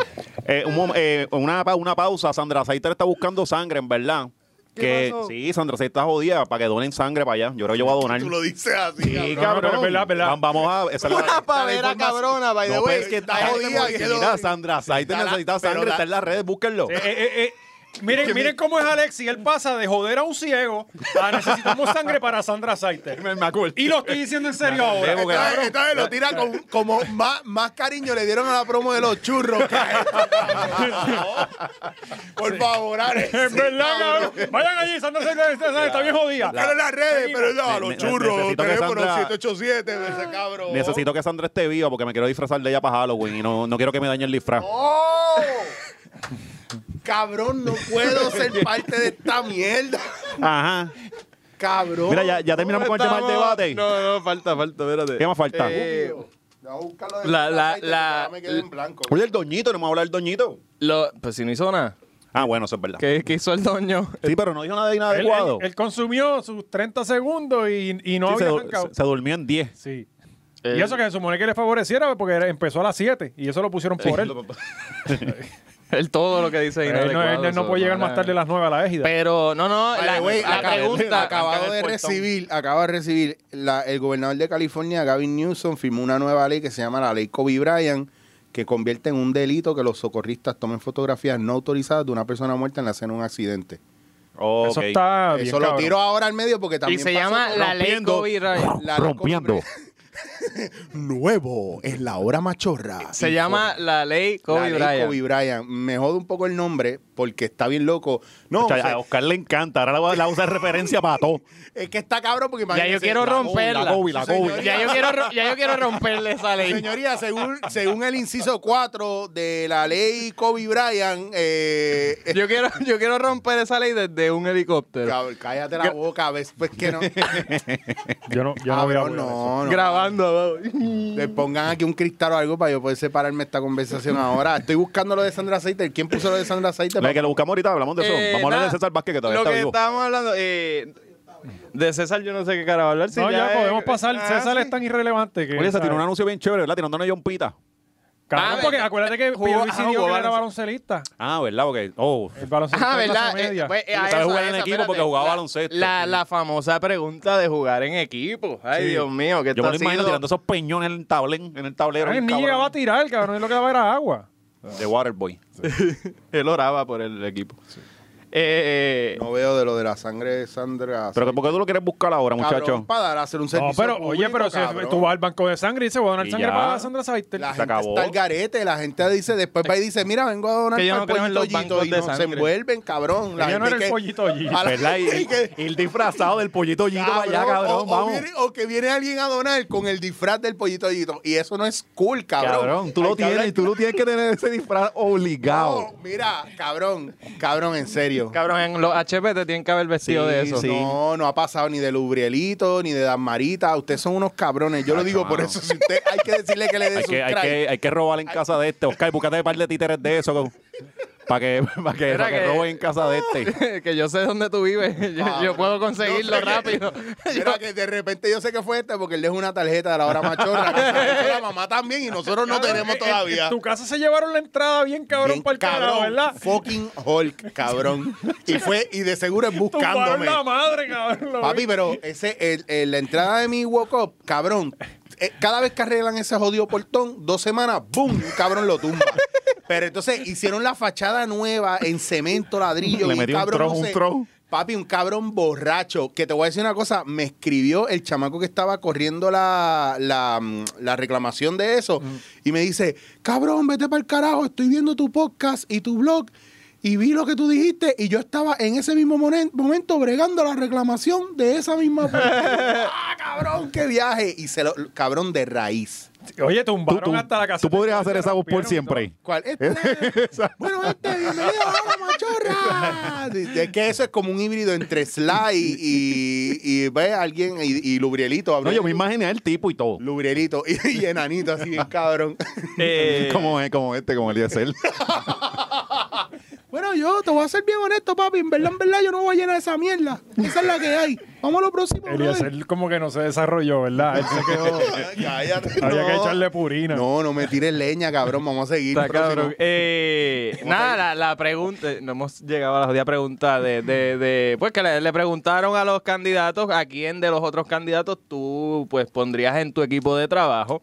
D: eh, un mom- eh, una, pa- una pausa. Sandra Saiter está buscando sangre, en verdad. que Sí, Sandra Saiter está jodida para que donen sangre para allá. Yo creo que yo voy a donar.
B: Tú lo dices así,
D: Sí,
A: No,
B: cabrón.
A: no,
D: cabrón.
A: pero es verdad, es verdad.
D: Vam- Vamos a. esa es la-
C: Una pavera cabrona, by the
D: No,
C: way.
D: pero es que
B: está
D: está
B: jodida,
D: jodida.
B: que
D: Mira,
B: donen.
D: Sandra Saiter
B: Está la-
D: necesita
B: pero
D: sangre,
B: la-
D: está en las redes, búsquenlo.
A: Eh, eh, eh, Miren, miren cómo es Alexi. Él pasa de joder a un ciego a necesitamos sangre para Sandra Saiter.
E: Me- me acuerdo.
A: Y lo estoy diciendo en serio ahora.
B: Esta vez- esta vez lo tira con- como más, más cariño le dieron a la promo de los churros que a esto, cabrón. Por favor, Alex.
A: En verdad, cabrón. Vayan allí, Sandra Saiter está- está bien jodida.
B: Búscalo en las redes, pero no,
D: Ne-
B: los
D: ne-
B: churros,
D: necesito que
B: teléfono
D: Sandra-
B: 787, de ese cabrón.
D: Necesito que Sandra esté viva porque me quiero disfrazar de ella para Halloween y no, no quiero que me dañe el disfraz.
B: ¡Oh! Cabrón, no puedo ser parte de esta mierda.
D: Ajá.
B: Cabrón.
D: Mira, ya, ya terminamos con el tema del debate.
E: No, no, falta, falta, espérate.
D: ¿Qué más falta?
E: Eh,
B: Vamos a buscarlo de
C: La- la-
B: Sandra
C: la-
B: Saiter, que ahora me quedé en blanco.
D: Oye, el doñito, no me va a hablar del doñito.
C: lo- pues si no hizo nada.
D: Ah, bueno, eso es verdad.
C: ¿Qué, qué hizo el doño?
D: Sí, pero no dijo nada de
A: Él,
D: inadecuado.
A: él- él consumió sus 30 segundos y, y no
D: Sí, se,
A: había
D: du-
A: arrancado.
D: se- se durmió en 10.
A: Sí.
C: Eh,
A: Y eso que se supone que le favoreciera porque era- empezó a las 7 y eso lo pusieron por él.
C: El todo lo que dice
A: Pero él no, él
C: inadecuado,
A: no puede
C: eso,
A: llegar más
C: nada.
A: tarde a las 9 a la égida.
C: Pero, no, no,
B: By
C: la,
B: the way,
C: la
B: acaba-
C: pregunta.
B: acabado de recibir, acaba de recibir la- el gobernador de California, Gavin Newsom, firmó una nueva ley que se llama la ley Kobe Bryant, que convierte en un delito que los socorristas tomen fotografías no autorizadas de una persona muerta en la escena de un accidente.
D: Oh,
A: Eso
D: Ah,
A: está bien.
B: Eso lo
A: cabrón.
B: tiro ahora al medio porque
C: Y
B: también
C: se
B: pasó
C: llama
B: con-
C: la ley
D: rompiendo.
C: Kobe Bryant.
B: la ley Kobe
D: Rompiendo.
B: Bryant. Nuevo es la hora machorra.
C: Se llama la ley Kobe
B: la ley
C: Bryant.
B: Kobe Bryant. Me jode un poco el nombre porque está bien loco. No,
D: O sea,
B: o sea,
D: a Oscar le encanta. Ahora la, voy a- la usa de referencia para todo.
B: es que está cabrón porque
C: Ya yo
B: imagínense,
C: quiero
B: la-
C: romperla.
D: Kobe, la
C: Sí,
D: Kobe.
C: señor. Ya yo quiero, ro- ya yo quiero romperle esa ley.
B: Señoría, según, según el inciso 4 de la ley Kobe Bryant, eh, eh,
C: Yo quiero, yo quiero romper esa ley desde un helicóptero.
B: cabrón, cállate la boca, ves, pues que no.
A: Yo no, yo no
C: Ah,
A: voy a
B: Cabrón,
A: hablar de eso.
B: no, no.
C: Grabando.
B: Le pongan aquí un cristal o algo para yo poder separarme esta conversación ahora. Estoy buscando lo de Sandra Saiter. ¿Quién puso lo de Sandra Saiter?
D: La que lo buscamos ahorita, hablamos de eso.
C: Eh,
D: Vamos a hablar de
C: nada,
D: César Vázquez, que todavía
C: Lo
D: está
C: que
D: vivo.
C: estábamos hablando. eh, de César, yo no sé qué carajo hablar. si
A: No, ya,
C: es-
A: podemos pasar.
C: Ah,
A: César
C: sí.
A: es tan irrelevante que.
D: Oye, se
A: ¿sabes?
D: tiró un anuncio bien chévere, ¿verdad? Tirándole a John Pita.
A: Cabrón,
C: Ah,
A: porque
C: ¿verdad?
A: acuérdate que
C: Jugó-
A: Pierluisi
C: ah,
A: dijo
C: jugó
A: que él era
C: baloncesto.
A: baloncelista.
D: Ah, ¿verdad? Porque, oh,
A: El baloncesto
C: Ah,
A: es clase
C: ¿verdad?
A: media.
C: Eh, pues, eh,
D: Sí,
C: a
D: sabe
C: esa-
D: jugar
C: a
D: en
C: esa,
D: equipo porque
C: espérate.
D: jugaba
C: La-
D: baloncesto. Mm.
C: La, la famosa pregunta de jugar en equipo. Ay,
A: Sí.
C: Dios mío, que
D: yo me lo imagino tirando esos peñones en el, tablén, en el tablero.
A: Ah, él
D: bien
A: ni
D: cabrón.
A: llegaba a tirar, cabrón. él Lo que daba era agua.
D: De Waterboy.
C: Él oraba por el equipo. Eh, eh,
B: No veo de lo de la sangre de Sandra.
D: Pero que, ¿por qué tú lo quieres buscar ahora,
B: Cabrón,
D: muchacho?
B: para dar, hacer un
A: No,
B: servicio
A: pero, oye,
B: público,
A: pero si
B: cabrón.
A: tú vas al banco de sangre y se va a donar
D: Y
A: sangre
D: ya.
A: para Sandra Saiter.
B: La
D: Se
B: gente
D: acabó.
B: está al garete, la gente dice, después va y dice, mira, vengo a donar
C: Que yo
B: para
C: no creo en los
B: pollito
C: bancos
B: y
C: de
B: no se
C: sangre.
B: envuelven, cabrón. La
A: Ella no
B: gente
A: era el
B: que-
A: pollito allí.
B: a la-
D: ¿Verdad? Y,
B: y que-
D: y el disfrazado del pollito Gito para allá,
B: Cabrón, oh,
D: cabrón.
B: o, o
D: vamos.
B: viene- o que viene alguien a donar con el disfraz del pollito Gito. Y eso no es cool, cabrón.
D: Cabrón, tú lo
B: Hay que hablar
D: tienes, tú lo tienes que tener ese disfraz obligado.
B: claro. Mira, cabrón, cabrón, en serio.
C: cabrón, en los HP te tienen que haber vestido
D: Sí,
C: de eso.
D: sí.
B: No, no ha pasado ni de Lubrielito, ni de Dan Marita. Ustedes son unos cabrones. Yo lo digo por eso. Si usted hay que decirle que le dé
D: Ah, Hay
B: su
D: que, hay,
B: crack.
D: que, hay que robar en casa de este. Oscar, búscate un par de títeres de eso. Para que, pa' que,
C: Era
D: pa' que
C: que-
D: roben en casa de este.
C: que yo sé dónde tú vives. Yo,
B: Cabrón.
C: yo puedo
B: No
C: conseguirlo
B: sé qué-
C: rápido.
B: Mira que de repente yo sé que fue este porque él dejó una tarjeta de la hora machorra. Eso la mamá también y nosotros no
A: Cabrón,
B: tenemos
A: en- en-
B: todavía.
A: En tu casa se llevaron la entrada bien cabrón
B: Bien
A: para el carajo, ¿verdad?
B: Fucking Hulk, cabrón. Y fue, y de seguro es
A: Tumbaron
B: buscándome.
A: la madre, cabrón. lo
B: Papi,
A: vi.
B: pero ese, el- el- la entrada de mi walk up, cabrón. eh, cada vez que arreglan ese jodido portón, dos semanas, ¡boom! Un cabrón lo tumba. Pero entonces hicieron la fachada nueva en cemento, ladrillo.
D: Le
B: y
D: metió un
B: cabrón,
D: trozo,
B: no
D: un
B: sé,
D: trozo.
B: Papi, un cabrón borracho. Que te voy a decir una cosa. Me escribió el chamaco que estaba corriendo la, la, mm, la reclamación de eso. Y me dice, cabrón, vete para el carajo. Estoy viendo tu podcast y tu blog. Y vi lo que tú dijiste. Y yo estaba en ese mismo monen- momento bregando la reclamación de esa misma... porquería". ¡Ah, cabrón, qué viaje! Y se lo... Cabrón, de raíz.
A: Oye,
D: Tú,
A: tumbaron
D: tú-
A: hasta la casa.
D: tú
A: de este,
D: podrías
A: Saiter,
D: hacer esa voz por
A: rompieron
D: siempre.
B: ¿Cuál? Este. bueno, este, bienvenido a la machorra. Es que eso es como un híbrido entre Sly y, y, y ve a alguien y, y Lubrielito.
D: No, yo me imaginé el tipo y todo.
B: Lubrielito y, y enanito así bien cabrón.
C: Eh,
D: Como, es- como este, como el ISL.
B: bueno, yo te voy a ser bien honesto, papi. En verdad, en verdad, yo no voy a llenar esa mierda. Esa es la que hay. Vamos a lo próximo,
A: todo. Eliezer como que no se desarrolló, ¿verdad? Él se quedó.
B: Cállate.
A: Había que echarle purina.
B: No, no me tires leña, cabrón. Vamos a seguir.
C: Está
B: próximo.
C: cabrón. Eh, nada, la, la pregunta, no hemos llegado a la jodida pregunta de, de, de- pues que le, le preguntaron a los candidatos a quién de los otros candidatos tú pues pondrías en tu equipo de trabajo.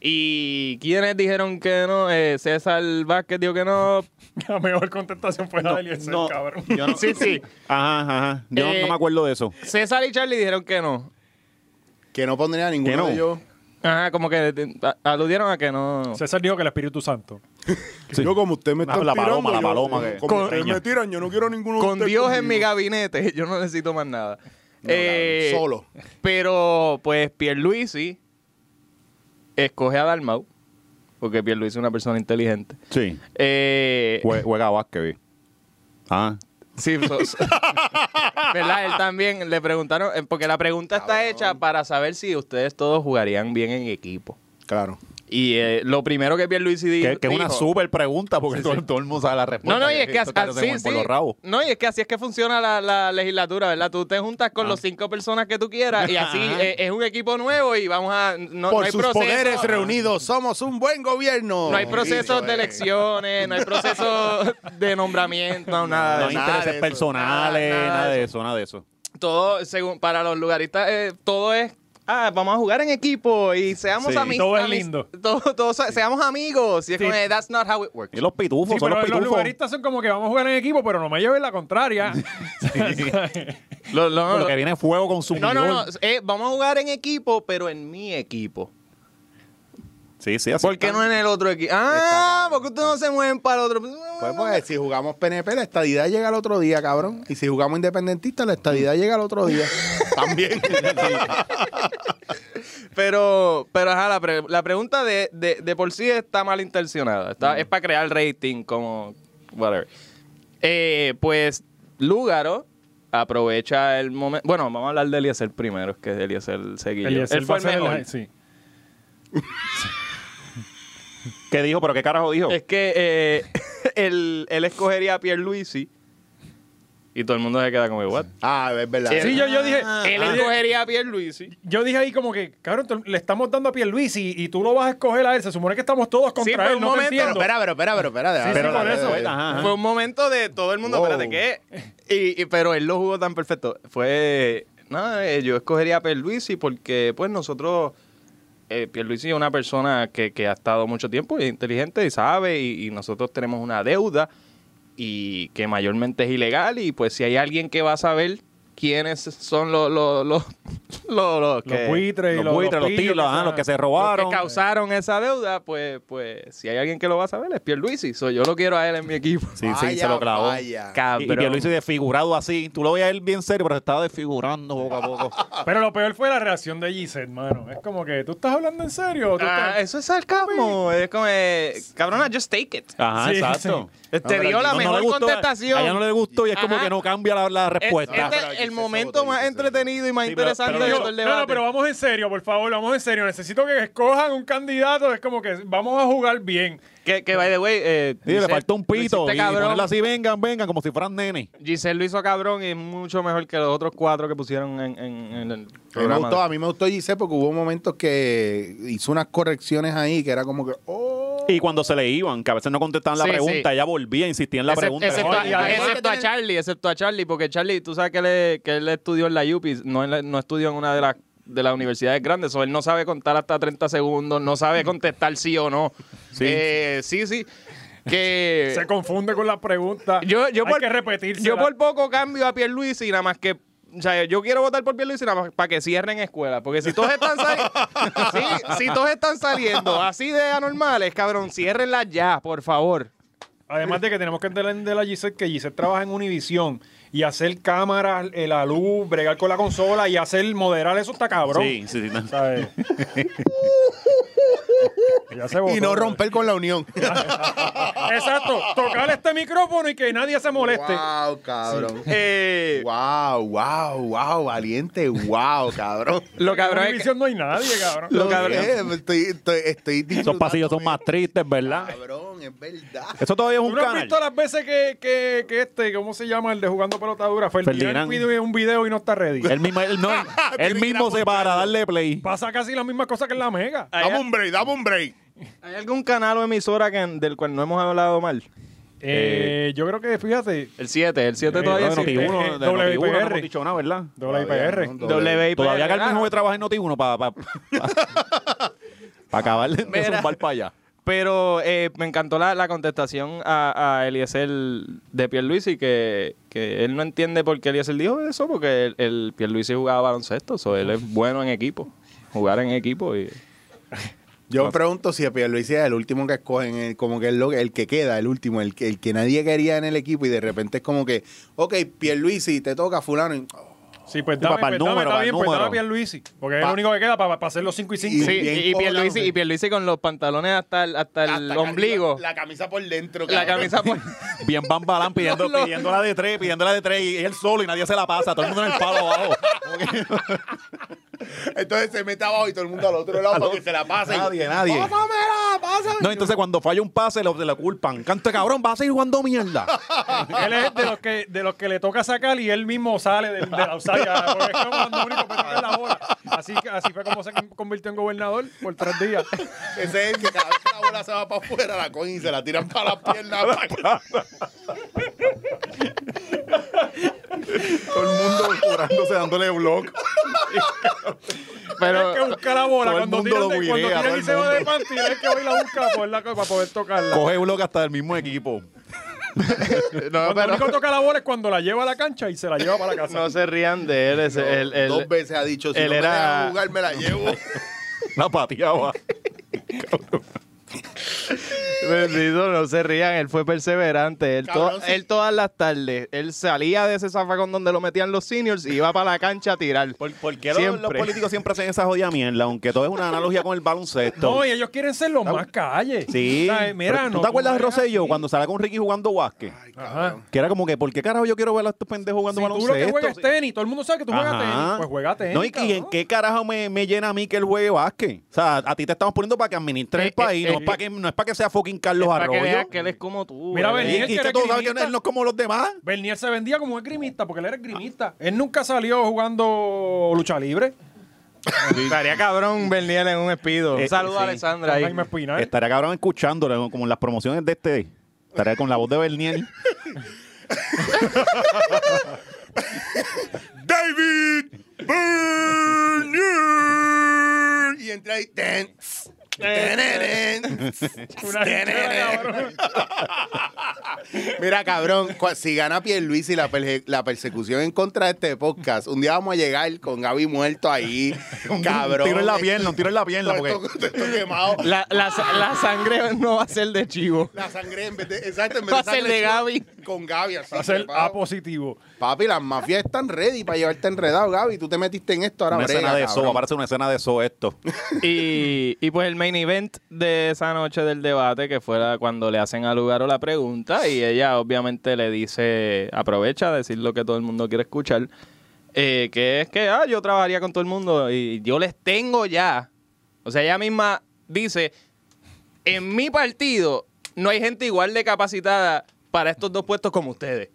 C: ¿Y quiénes dijeron que no? Eh, César Vázquez dijo que no.
A: La mejor contestación fue la de Eliezer,
D: no,
A: cabrón.
D: Sí, sí. Ajá, ajá. Yo no-
C: Eh,
D: no me acuerdo de eso.
C: César y Charlie dijeron que no.
B: Que no pondría a ninguno
D: Que no.
B: de ellos.
C: Ajá, como que eh, a- aludieron a que no.
A: César dijo que el Espíritu Santo.
B: Yo como usted me
D: La-
B: está
D: la
B: tirando,
D: paloma, la
B: yo-
D: paloma que-
B: como
D: con-
B: ustedes me tiran, yo no quiero ninguno de
C: Con
B: ustedes
C: Dios en mi
B: conmigo.
C: gabinete, yo no necesito más nada.
B: No,
C: Eh,
B: cabrón, solo.
C: Pero, pues, Pierluisi escoge a Dalmau, porque Pierluisi es una persona inteligente.
D: Sí.
C: Eh,
D: Jue- Juega básquet, vi. Ah.
C: Sí, so- so- ¿verdad? Él también le preguntaron, eh, porque la pregunta está hecha para saber si ustedes todos jugarían bien en equipo.
B: Claro.
C: Y eh, lo primero que Pierluisi di- dijo...
D: Que, que es una súper pregunta porque todo, todo el mundo sabe la respuesta.
C: No, no, y es que
D: esto
C: así,
D: te lo tengo
C: sí,
D: por
C: sí.
D: los rabos.
C: No, y es que así es que funciona la, la legislatura, ¿verdad? Tú te juntas con los cinco personas que tú quieras y así eh, es, un equipo nuevo y vamos a... No, no
B: Por
C: hay
B: sus
C: proceso.
B: poderes reunidos somos un buen gobierno.
C: No hay procesos
B: Dicho,
C: de
B: eh.
C: elecciones, no hay procesos de nombramiento, no,
D: No
C: nada. de
D: hay
C: eso.
B: nada de
D: intereses
B: eso.
D: personales,
C: Nada-
D: nada,
C: nada de
D: de eso, nada de eso.
C: Todo, según para los lugaristas, eh, todo es. Ah, vamos a jugar en equipo y seamos
D: Sí.
C: amigos.
A: Todo es lindo.
C: Todo, todo se- Seamos amigos. Y es
A: Sí.
C: como, eh, that's not how it works.
D: Y los pitufos,
A: Sí,
D: son
A: pero
D: los
A: los,
D: pitufos.
A: lugaristas son como que vamos a jugar en equipo, pero no me lleven la contraria.
C: Lo- lo-
D: Lo que viene es fuego con su
C: Ah, no, no, no. eh, vamos a jugar en equipo, pero en mi equipo.
D: Sí, sí, así.
C: ¿Por qué
D: están.
C: no en el otro equipo?
B: Está
C: Ah,
B: cabrón.
C: porque ustedes no se mueven para el otro. eh,
B: Pues, pues, si jugamos PNP, la estadidad llega al otro día, cabrón. Y si jugamos independentista, la estadidad llega al otro día. También.
C: Pero, pero ajá, la, pre- la pregunta de, de, de por sí está mal intencionada. Está,
B: Mm.
C: Es para crear rating, como. Whatever. Eh, pues Lúgaro aprovecha el momento. Bueno, vamos a hablar de Eliezer primero, que Eliezer seguía.
A: Eliezer
C: Él fue el
A: va a ser
C: mejor.
A: sí.
D: ¿Qué dijo? ¿Pero qué carajo dijo?
C: Es que eh, él, él escogería a Pierluisi y todo el mundo se queda como, ¿what?
B: ah, es verdad.
A: Sí, yo, yo dije.
C: él
B: Ah.
A: yo dije-
C: escogería a Pierluisi.
A: yo dije ahí como que, cabrón, tú- le estamos dando a Pierluisi y, y tú lo vas a escoger a él. Se supone que estamos todos contra
C: pero
A: él.
C: un
A: no te
C: momento,
B: pero
A: entiendo.
B: espera, pero espera, pero espera. deja-
A: Sí,
B: pero
A: sí, por
B: deja-
A: eso.
B: deja- deja-
D: Ajá.
C: Fue un momento de todo el mundo,
B: Wow.
C: espérate, ¿qué? Y, y- pero él lo jugó tan perfecto. Fue, no, eh, yo escogería a Pierluisi porque, pues, nosotros... Eh, Pierluisi es una persona que, que ha estado mucho tiempo y es inteligente y sabe y, y nosotros tenemos una deuda y que mayormente es ilegal y pues si hay alguien que va a saber quiénes son los los los los, los que-
A: Los buitres y
D: los
A: los,
D: buitres, los
A: pillos,
D: tilos, ajá, los que se
C: los
D: robaron.
C: que causaron esa deuda, pues pues si hay alguien que lo va a saber es Pierluisi, so, yo lo quiero a él en mi equipo.
D: Sí, sí, se lo clavó.
B: vaya.
D: Y,
C: Cabrón.
D: lo hice desfigurado así. Tú lo veías él bien serio, pero se estaba desfigurando poco a poco.
A: Pero lo peor fue la reacción de Gisette, mano. Es como que, ¿tú estás hablando en serio? ¿Tú
C: Ah,
A: estás-
C: eso es sarcasmo. Es como, eh, cabrona, just take it.
D: Ajá,
A: Sí,
D: exacto.
A: sí.
C: Te
D: pero
C: dio la
D: no- no le
C: mejor
D: gustó,
C: contestación.
D: A ella no le gustó y es como
C: Ajá.
D: que no cambia la, la
C: Es-
D: respuesta.
C: este
B: pero
C: es
B: Giselle
C: el
B: se
C: momento
B: votó,
C: más
B: Giselle.
C: entretenido y
D: pues, ah.
C: más
D: Sí, pero-
C: interesante
D: pero
C: de
A: Digo,
C: todo el
A: no,
C: debate.
A: no, pero vamos en serio, por favor, vamos en serio. Necesito que escojan un candidato. Es como que vamos a jugar bien.
C: que, que, by the way, eh,
D: Sí, le
C: Giselle,
D: faltó un
C: lo
D: pito.
C: hiciste
D: Y
C: cabrón.
D: ponerla así, vengan, vengan, como si fueran nene.
C: Giselle lo hizo cabrón y es mucho mejor que los otros cuatro que pusieron en, en- en el
B: A mí, me
C: programa.
B: gustó, a mí me gustó Giselle porque hubo momentos que hizo unas correcciones ahí que era como que, oh.
D: Y cuando se le iban, que a veces no contestaban la
C: Sí,
D: pregunta,
C: sí.
D: ella volvía a insistir en la
C: Excep-
D: pregunta.
C: Excepto, a-
A: Oye, además
C: excepto
B: que tiene-
C: a Charlie, excepto a Charlie, porque Charlie, tú sabes que, él- que él estudió en la UPI, no, en la- no estudió en una de las de las universidades grandes, o él no sabe contar hasta 30 segundos, no sabe contestar sí o no.
D: Sí.
C: Eh, sí, sí. Que
A: Se confunde con la pregunta.
C: yo, yo
A: Hay
C: por,
A: que repetirse.
C: Yo por poco cambio a Pierluisi y nada más que. O sea, yo quiero votar por Pierluisi nada más para que cierren escuelas. Porque si todos están saliendo. si todos están saliendo así de anormales, cabrón, ciérrenlas ya, por favor.
A: Además de que tenemos que entender a Giselle que Giselle trabaja en Univision y hacer cámaras, eh, la luz, bregar con la consola y hacer moderar eso está cabrón.
D: Sí, sí, sí. no.
A: ¿Sabes? Ya se votó.
B: Y no romper con la unión.
A: Exacto. Tocar este micrófono y que nadie se moleste.
B: Wow, cabrón.
C: Eh,
B: Wow, wow, wow, valiente, wow, cabrón.
C: lo
A: En
C: cabrón es que-
A: Univision no hay nadie, cabrón.
C: Lo
B: No
C: cabrón.
B: sé, Estoy, estoy, estoy
D: Esos
B: disfrutando,
D: pasillos son más tristes, ¿verdad?
B: Cabrón, es verdad.
D: Eso todavía es
A: ¿Tú
D: un
A: no has
D: canal.
A: visto las veces que, que, que este, ¿cómo se llama? El de jugando pelotadura. Ferdinand
D: Ferdinand.
A: pide un video y no está ready.
D: Él mismo, él no- él mismo se para darle play.
A: Pasa casi la misma cosa que en la mega.
C: ¿Hay,
B: un break, dame un break.
C: hay algún canal o emisora que- del cual no hemos hablado mal?
A: Eh, yo creo que, fíjate,
C: El 7, el 7
A: Eh,
C: todavía
D: No, de
A: sí.
D: Noti1,
A: Eh, eh,
D: de Noti1 no
A: WIPR.
D: hemos dicho nada, ¿verdad?
A: doble IPR.
B: no,
C: WIPR.
A: Ah.
D: Todavía Carmen Joven trabaja en Noti1 para...
F: Para acabar de
C: Mira.
F: zumbar para allá.
C: Pero eh, me encantó la, la contestación a, a Eliezer de Pierluisi, que, que él no entiende por qué Eliezer dijo eso, porque el, el Pierluisi jugaba baloncesto, o él es bueno en equipo, jugar en equipo. Y...
B: Yo
C: No.
B: pregunto si a Pierluisi es el último que escogen, el- como que es lo, que- el que queda, el último, el, que- el que nadie quería en el equipo y de repente es como que, ok, Pierluisi, te toca fulano. y-
A: Sí, pues
F: Sí,
A: dame,
F: para el
A: pues
F: número,
A: dame, está
F: para el
A: bien, pues dame a
F: número.
A: Pierluisi. Porque es
B: Pa-
A: lo único que queda para, hacer los 5 y 5.
C: Sí,
B: bien
C: y, y, Pierluisi,
B: colgado.
C: y Pierluisi con los pantalones hasta el, hasta el
B: Hasta acá
C: ombligo,
B: arriba, La camisa por dentro.
C: la
B: cabrón.
C: camisa por...
D: Bien bambalán pidiendo,
C: No, no.
D: pidiendo la de tres, pidiendo la de tres y él solo y nadie se la pasa, todo el mundo en el palo abajo.
B: Entonces se mete abajo y todo el mundo al otro lado para que se la pase.
D: Nadie, nadie.
B: ¡Pásamela, pásamela!
D: No, entonces cuando falla un pase lo, lo culpan. Canto cabrón, vas a ir jugando mierda.
A: Él es de los, que, de los que le toca sacar y él mismo sale del- de, la outside. Porque es como lo único que toca es la bola. Así, que- así fue como se convirtió en gobernador por tres días.
B: Ese es el que cada vez que la bola se va para afuera, la cogen y se la tiran para las piernas. para que-
F: Todo el mundo curándose, dándole blog.
A: Pero, que
C: Pero
A: buscar la bola.
D: todo el
A: Cuando
D: mundo
A: tiran
D: lo
A: de- cuando
D: guirea,
A: tiran
D: todo el
A: y se va de
D: mundo.
A: panty, él que hoy la busca para poderla- para poder tocarla.
D: Coge bloque hasta del mismo equipo.
C: no,
A: Cuando el
C: pero
A: único que toca la bola es cuando la lleva a la cancha y se la lleva para la casa.
C: no se rían de él. ese- él- él-
B: Dos veces ha dicho, si
C: él
B: no me
C: era-
B: dejan jugar, me la llevo.
D: La pateaba.
C: Bendito, no se rían, él fue perseverante. Él, to-
B: Cabrón, sí.
C: él todas las tardes, él salía de ese zafacón donde lo metían los seniors y iba para la cancha a tirar.
D: ¿Por, por qué los- los,
C: Siempre.
D: políticos siempre hacen esa jodida mierda? Aunque todo es una analogía con el baloncesto.
A: No, y ellos quieren ser los más calles.
D: Sí.
A: O sea, mira,
D: Pero, ¿Tú
A: no,
D: te acuerdas de
A: eres
D: Rosselló
A: así.
D: cuando salía con Ricky jugando básquet?
A: Ajá.
D: Que era como que, ¿por qué carajo yo quiero ver a estos pendejos jugando
A: Si tú
D: baloncesto?
A: lo que juegas
D: Sí.
A: es tenis, todo el mundo sabe que tú juegas
D: Ajá.
A: tenis, pues juega tenis.
D: No, y, y en
A: cabrón.
D: qué carajo me, me llena a mí que él juegue básquet. O sea, a ti te estamos poniendo para que administre
C: Eh,
D: el país,
C: eh,
D: no,
C: eh,
D: es para que, no es para que sea fucking Carlos
C: Para que veas
D: Arroyo.
C: que él es como tú.
A: Mira,
C: bebé.
D: Y,
A: Bernier, que
D: y que
A: eres
D: tú sabes que
A: grimista.
D: él no es como los demás.
A: Bernier se vendía como un esgrimista porque él era esgrimista. Él nunca salió jugando lucha libre.
C: Estaría cabrón Bernier en un espido. Un
D: Eh,
C: saludo a
D: sí.
C: Alexandra ahí.
A: Jaime Espinar.
D: Estaría cabrón escuchándolo, como en las promociones de este. Estaría con la voz de Bernier.
B: David Bernier. Y entra ahí. Ten, tenenen.
A: Una lechera, cabrón.
B: Mira, cabrón, cua- si gana Pierluisi la, perse- la persecución en contra de este podcast, un día vamos a llegar con Gaby muerto ahí, cabrón.
D: Un tiro en la pierna, un tiro en la pierna.
B: Todo
D: Porque
B: esto- todo esto quemado.
C: La, la sa- la sangre no va a ser de chivo.
B: La sangre en vez de. Exacto, en vez
C: Va
B: de.
C: a ser
B: sangre
C: de
B: chiva,
C: Gaby.
B: Con Gaby así.
A: Va a ser
B: trepado.
A: A positivo.
B: Papi, las mafias están ready para llevarte enredado, Gaby. Tú te metiste en esto ahora,
D: una
B: brega,
D: escena de eso,
B: cabrón.
D: parece una escena de eso esto.
C: Y, y pues el main event de esa noche del debate, que fue la- cuando le hacen a Lugaro la pregunta, y ella obviamente le dice, aprovecha a decir lo que todo el mundo quiere escuchar, eh, que es que ah, yo trabajaría con todo el mundo y yo les tengo ya. O sea, ella misma dice, en mi partido no hay gente igual de capacitada para estos dos puestos como ustedes.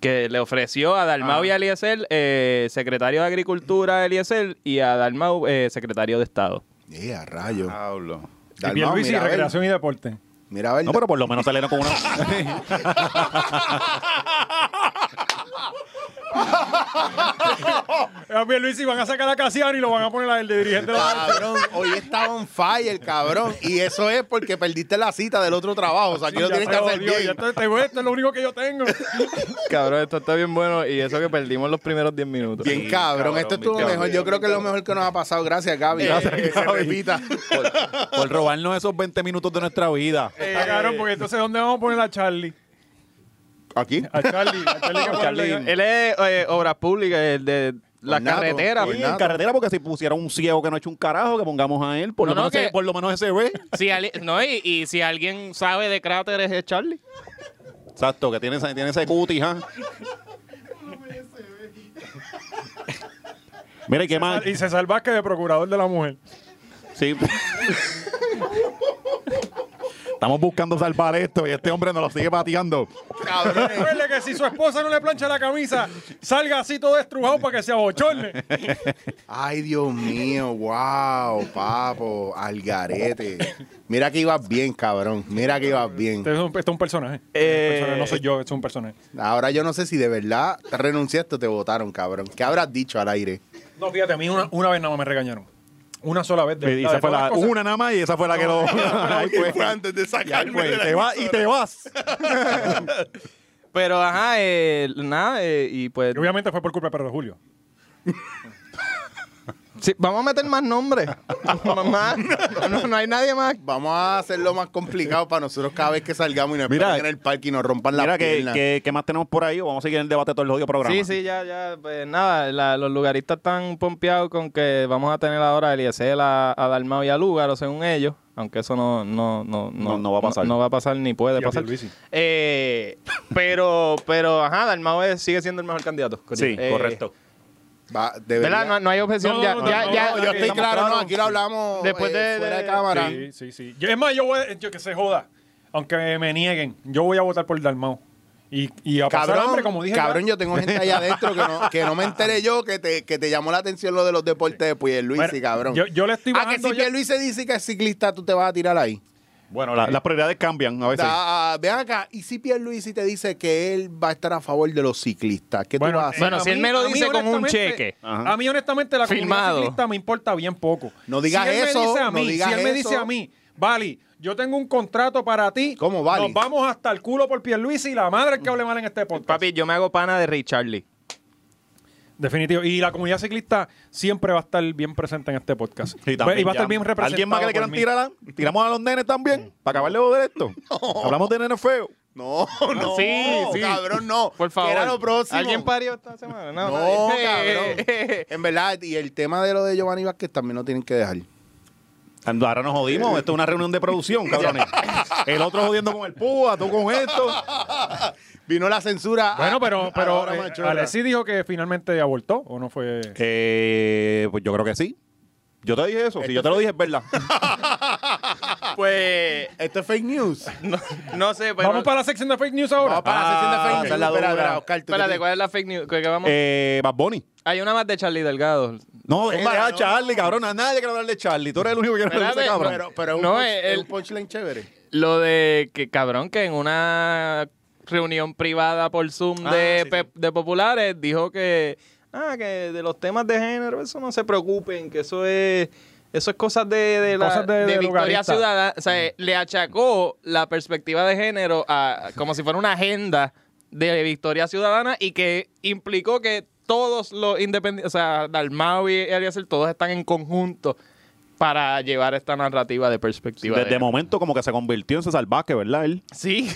C: Que le ofreció a Dalmau y a Eliezer, eh, secretario de Agricultura Eliezer, y a Dalmau, eh, secretario de Estado.
B: Eh, a rayo.
F: Hablo.
A: Y
B: Dalmau,
A: Pierluisi,
B: mira, a ver,
A: recreación y deporte. Eh,
B: Mira, a ver.
D: No, pero por lo menos salieron con una.
A: A Pierluisi van a sacar a Casiano y lo van a poner al de dirigente de la
B: Cabrón, hoy está on fire, cabrón. Y eso es porque perdiste la cita del otro trabajo. O sea, que lo
A: Ya
B: tienes
A: te
B: que hacer
A: jodió, ya
B: bien.
A: te- te voy, esto es lo único que yo tengo.
C: Cabrón, esto está bien bueno y eso que perdimos los primeros 10 minutos.
B: Bien,
C: Sí,
B: cabrón. Esto estuvo
C: bien,
B: mejor. Yo creo que es lo mejor que nos ha pasado. Gracias, Gaby.
D: Gracias,
B: Eh, que se
D: Gaby.
B: repita.
D: por, por robarnos esos 20 minutos de nuestra vida.
A: Está cabrón, porque entonces ¿dónde vamos a poner a Charlie?
B: Aquí.
A: A Charlie, a Charlie que
C: Charlie,
A: ponerle-
C: él es eh, obras públicas, el de las
B: Em. Ornato,
C: carreteras.
D: Sí,
B: ornato.
D: en carretera, porque si pusiera un ciego que no ha hecho un carajo, que pongamos a él, por, lo,
C: No, no,
D: menos
C: que-
D: ese, por lo menos ese ve.
C: Si ali- no, y, y si alguien sabe de cráteres es Charlie.
D: Exacto, que tiene, ese- tiene ese cutis, ¿ah? Mira, ¿y qué más?
A: Y César Vázquez de procurador de la mujer.
D: Sí. Estamos buscando salvar esto y este hombre nos lo sigue pateando.
B: Cabrón.
A: Recuerde que si su esposa no le plancha la camisa, salga así todo estrujado para que se abochorne.
B: Ay, Dios mío, wow, papo, al garete. Mira que ibas bien, cabrón. Mira que ibas bien.
A: Este es un, este es un personaje.
C: Eh,
A: Un personaje, No soy yo, este es un personaje.
B: Ahora yo no sé si de verdad te renunciaste o te votaron, cabrón. ¿Qué habrás dicho al aire?
A: No, fíjate, a mí una, una vez nada más me regañaron. Una sola vez. De verdad,
D: Y esa
A: de
D: fue
A: todas
D: la,
A: las cosas.
D: una nada más y esa fue la que lo... pues. Ahí fue.
B: Fue antes de
D: Y ahí
B: sacarme
A: pues,
D: fue,
B: de la
D: te vas y
B: emisora.
D: te vas.
C: Pero ajá, eh, nada, eh, y pues.
A: Y obviamente fue por culpa de Pedro Julio.
C: Sí, vamos a meter más nombres. Más- no, no hay nadie más.
B: Vamos a hacerlo más complicado para nosotros cada vez que salgamos y nos
D: Mira,
B: esperen en el parque y nos rompan
D: Mira,
B: la
D: ¿qué,
B: pierna.
D: qué, qué más tenemos por ahí? ¿O Vamos a seguir el debate todo el odio programa.
C: Sí, sí, ya, ya. Pues nada, la- los lugaristas están pompeados con que vamos a tener ahora a Eliezer, a, a Dalmau y a Lúgaro, según ellos. Aunque eso no, no, no,
D: No, no va a pasar.
C: No, va a pasar ni puede
A: Y a
C: pasar.
A: Pierluisi.
C: Eh, pero, pero, ajá, Dalmau es- sigue siendo el mejor candidato.
D: Sí,
C: Eh,
D: correcto.
B: Va, de
C: ¿Verdad?
B: verdad.
C: No, no hay objeción.
A: No,
C: ya,
A: no, no,
C: ya,
A: no,
C: ya-
A: no,
B: yo estoy
A: estamos
B: claro,
A: claros.
B: no, aquí lo hablamos Después
C: Después de-
B: de, fuera de,
C: de-
B: cámara.
A: Sí, sí, sí. Yo- es más, yo voy a- yo que se joda. Aunque me nieguen, yo voy a votar por Dalmau. Y, y a pasar
B: Cabrón,
A: hambre, como dije.
B: cabrón, yo tengo gente allá adentro que no, que no me enteré yo que te, que te llamó la atención lo de los deportes de Pierluisi,
A: Bueno,
B: cabrón.
A: yo- yo le estoy
B: Ah, que si
A: bajando ya-
B: Pierluisi dice que es ciclista, tú te vas a tirar ahí.
D: Bueno, la- las prioridades cambian a veces.
B: Da- ah, ven acá, y si Pierluisi te dice que él va a estar a favor de los ciclistas, ¿qué tú vas a hacer?
C: bueno,
A: a
C: si él me lo
A: a
C: dice con un
A: honestamente-
C: cheque.
D: Ajá.
A: A mí, honestamente, la
C: Firmado.
A: comunidad ciclista me importa bien poco.
B: No digas
A: si él
B: eso,
A: Me dice a
B: no
A: mí,
B: digas
A: si él me
B: eso.
A: dice a mí, Vali, yo tengo un contrato para ti.
B: ¿Cómo, Vali?
A: Nos vamos hasta el culo por Pierluisi y la madre que hable mal en este podcast.
C: Papi, yo me hago pana de Richarlie.
A: Definitivo. Y la comunidad ciclista siempre va a estar bien presente en este podcast.
D: Sí, también
A: y va a estar
D: ya.
A: bien representada.
D: ¿Alguien más que le quieran
A: tirar?
D: tirar? a- Tiramos a los nenes también.
A: Mm.
D: Para acabarle de esto. Hablamos de nenes feos.
B: No, no,
C: Sí, sí.
B: cabrón, no.
C: Por favor.
B: Que era lo próximo.
C: ¿Alguien parió esta semana? No,
B: No,
C: nadie.
B: cabrón. En verdad, y el tema de lo de Giovanni Vázquez también lo tienen que dejar.
D: Ando, Ahora nos jodimos. Esto es una reunión de producción, cabrones. El otro jodiendo con el púa, tú con esto.
B: Vino la censura. a-
A: Bueno, pero,
B: a la
A: pero
B: hora
A: eh,
B: machorra.
A: Alexis dijo que finalmente abortó o no fue.
D: Eh, pues yo creo que sí. Yo te dije eso. Si yo te lo dije, es verdad.
C: Pues,
B: Esto es fake news.
C: no, no sé. Pero,
A: Vamos para la sección de fake news ahora.
B: Vamos para la sección de fake
D: Ah,
B: news.
D: esa es la
B: Espera,
D: dura.
B: espera, Oscar, tú
C: Espérate,
B: que-
C: ¿cuál es la fake news? ¿Qué- qué vamos?
A: Este
D: Eh, Bad Bunny.
C: Hay una más de Charlie Delgado.
D: No,
B: Era,
D: deja a
B: no.
D: Charlie, cabrón. A nadie quiere hablar de Charlie. Tú eres el único que quiere hablar de ese
C: Espérate,
D: cabrón.
B: Pero, pero es un,
C: No,
B: punch-
C: el-
B: es un punchline chévere.
C: Lo de que, cabrón, que en una reunión privada por Zoom
D: Ah,
C: de,
D: sí,
C: pe-
D: sí.
C: de populares dijo que, ah, que de los temas de género, eso no se preocupen, que eso es... Eso es cosas de, de la
A: Cosas de- de
C: Victoria
A: lugarista.
C: Ciudadana. O sea, le achacó la perspectiva de género a, como si fuera una agenda de Victoria Ciudadana y que implicó que todos los independientes, o sea, Dalmau y Arias, todos están en conjunto para llevar esta narrativa de perspectiva. de
D: Desde
C: género.
D: momento como que se convirtió en César Vázquez, ¿verdad? Él.
C: Sí.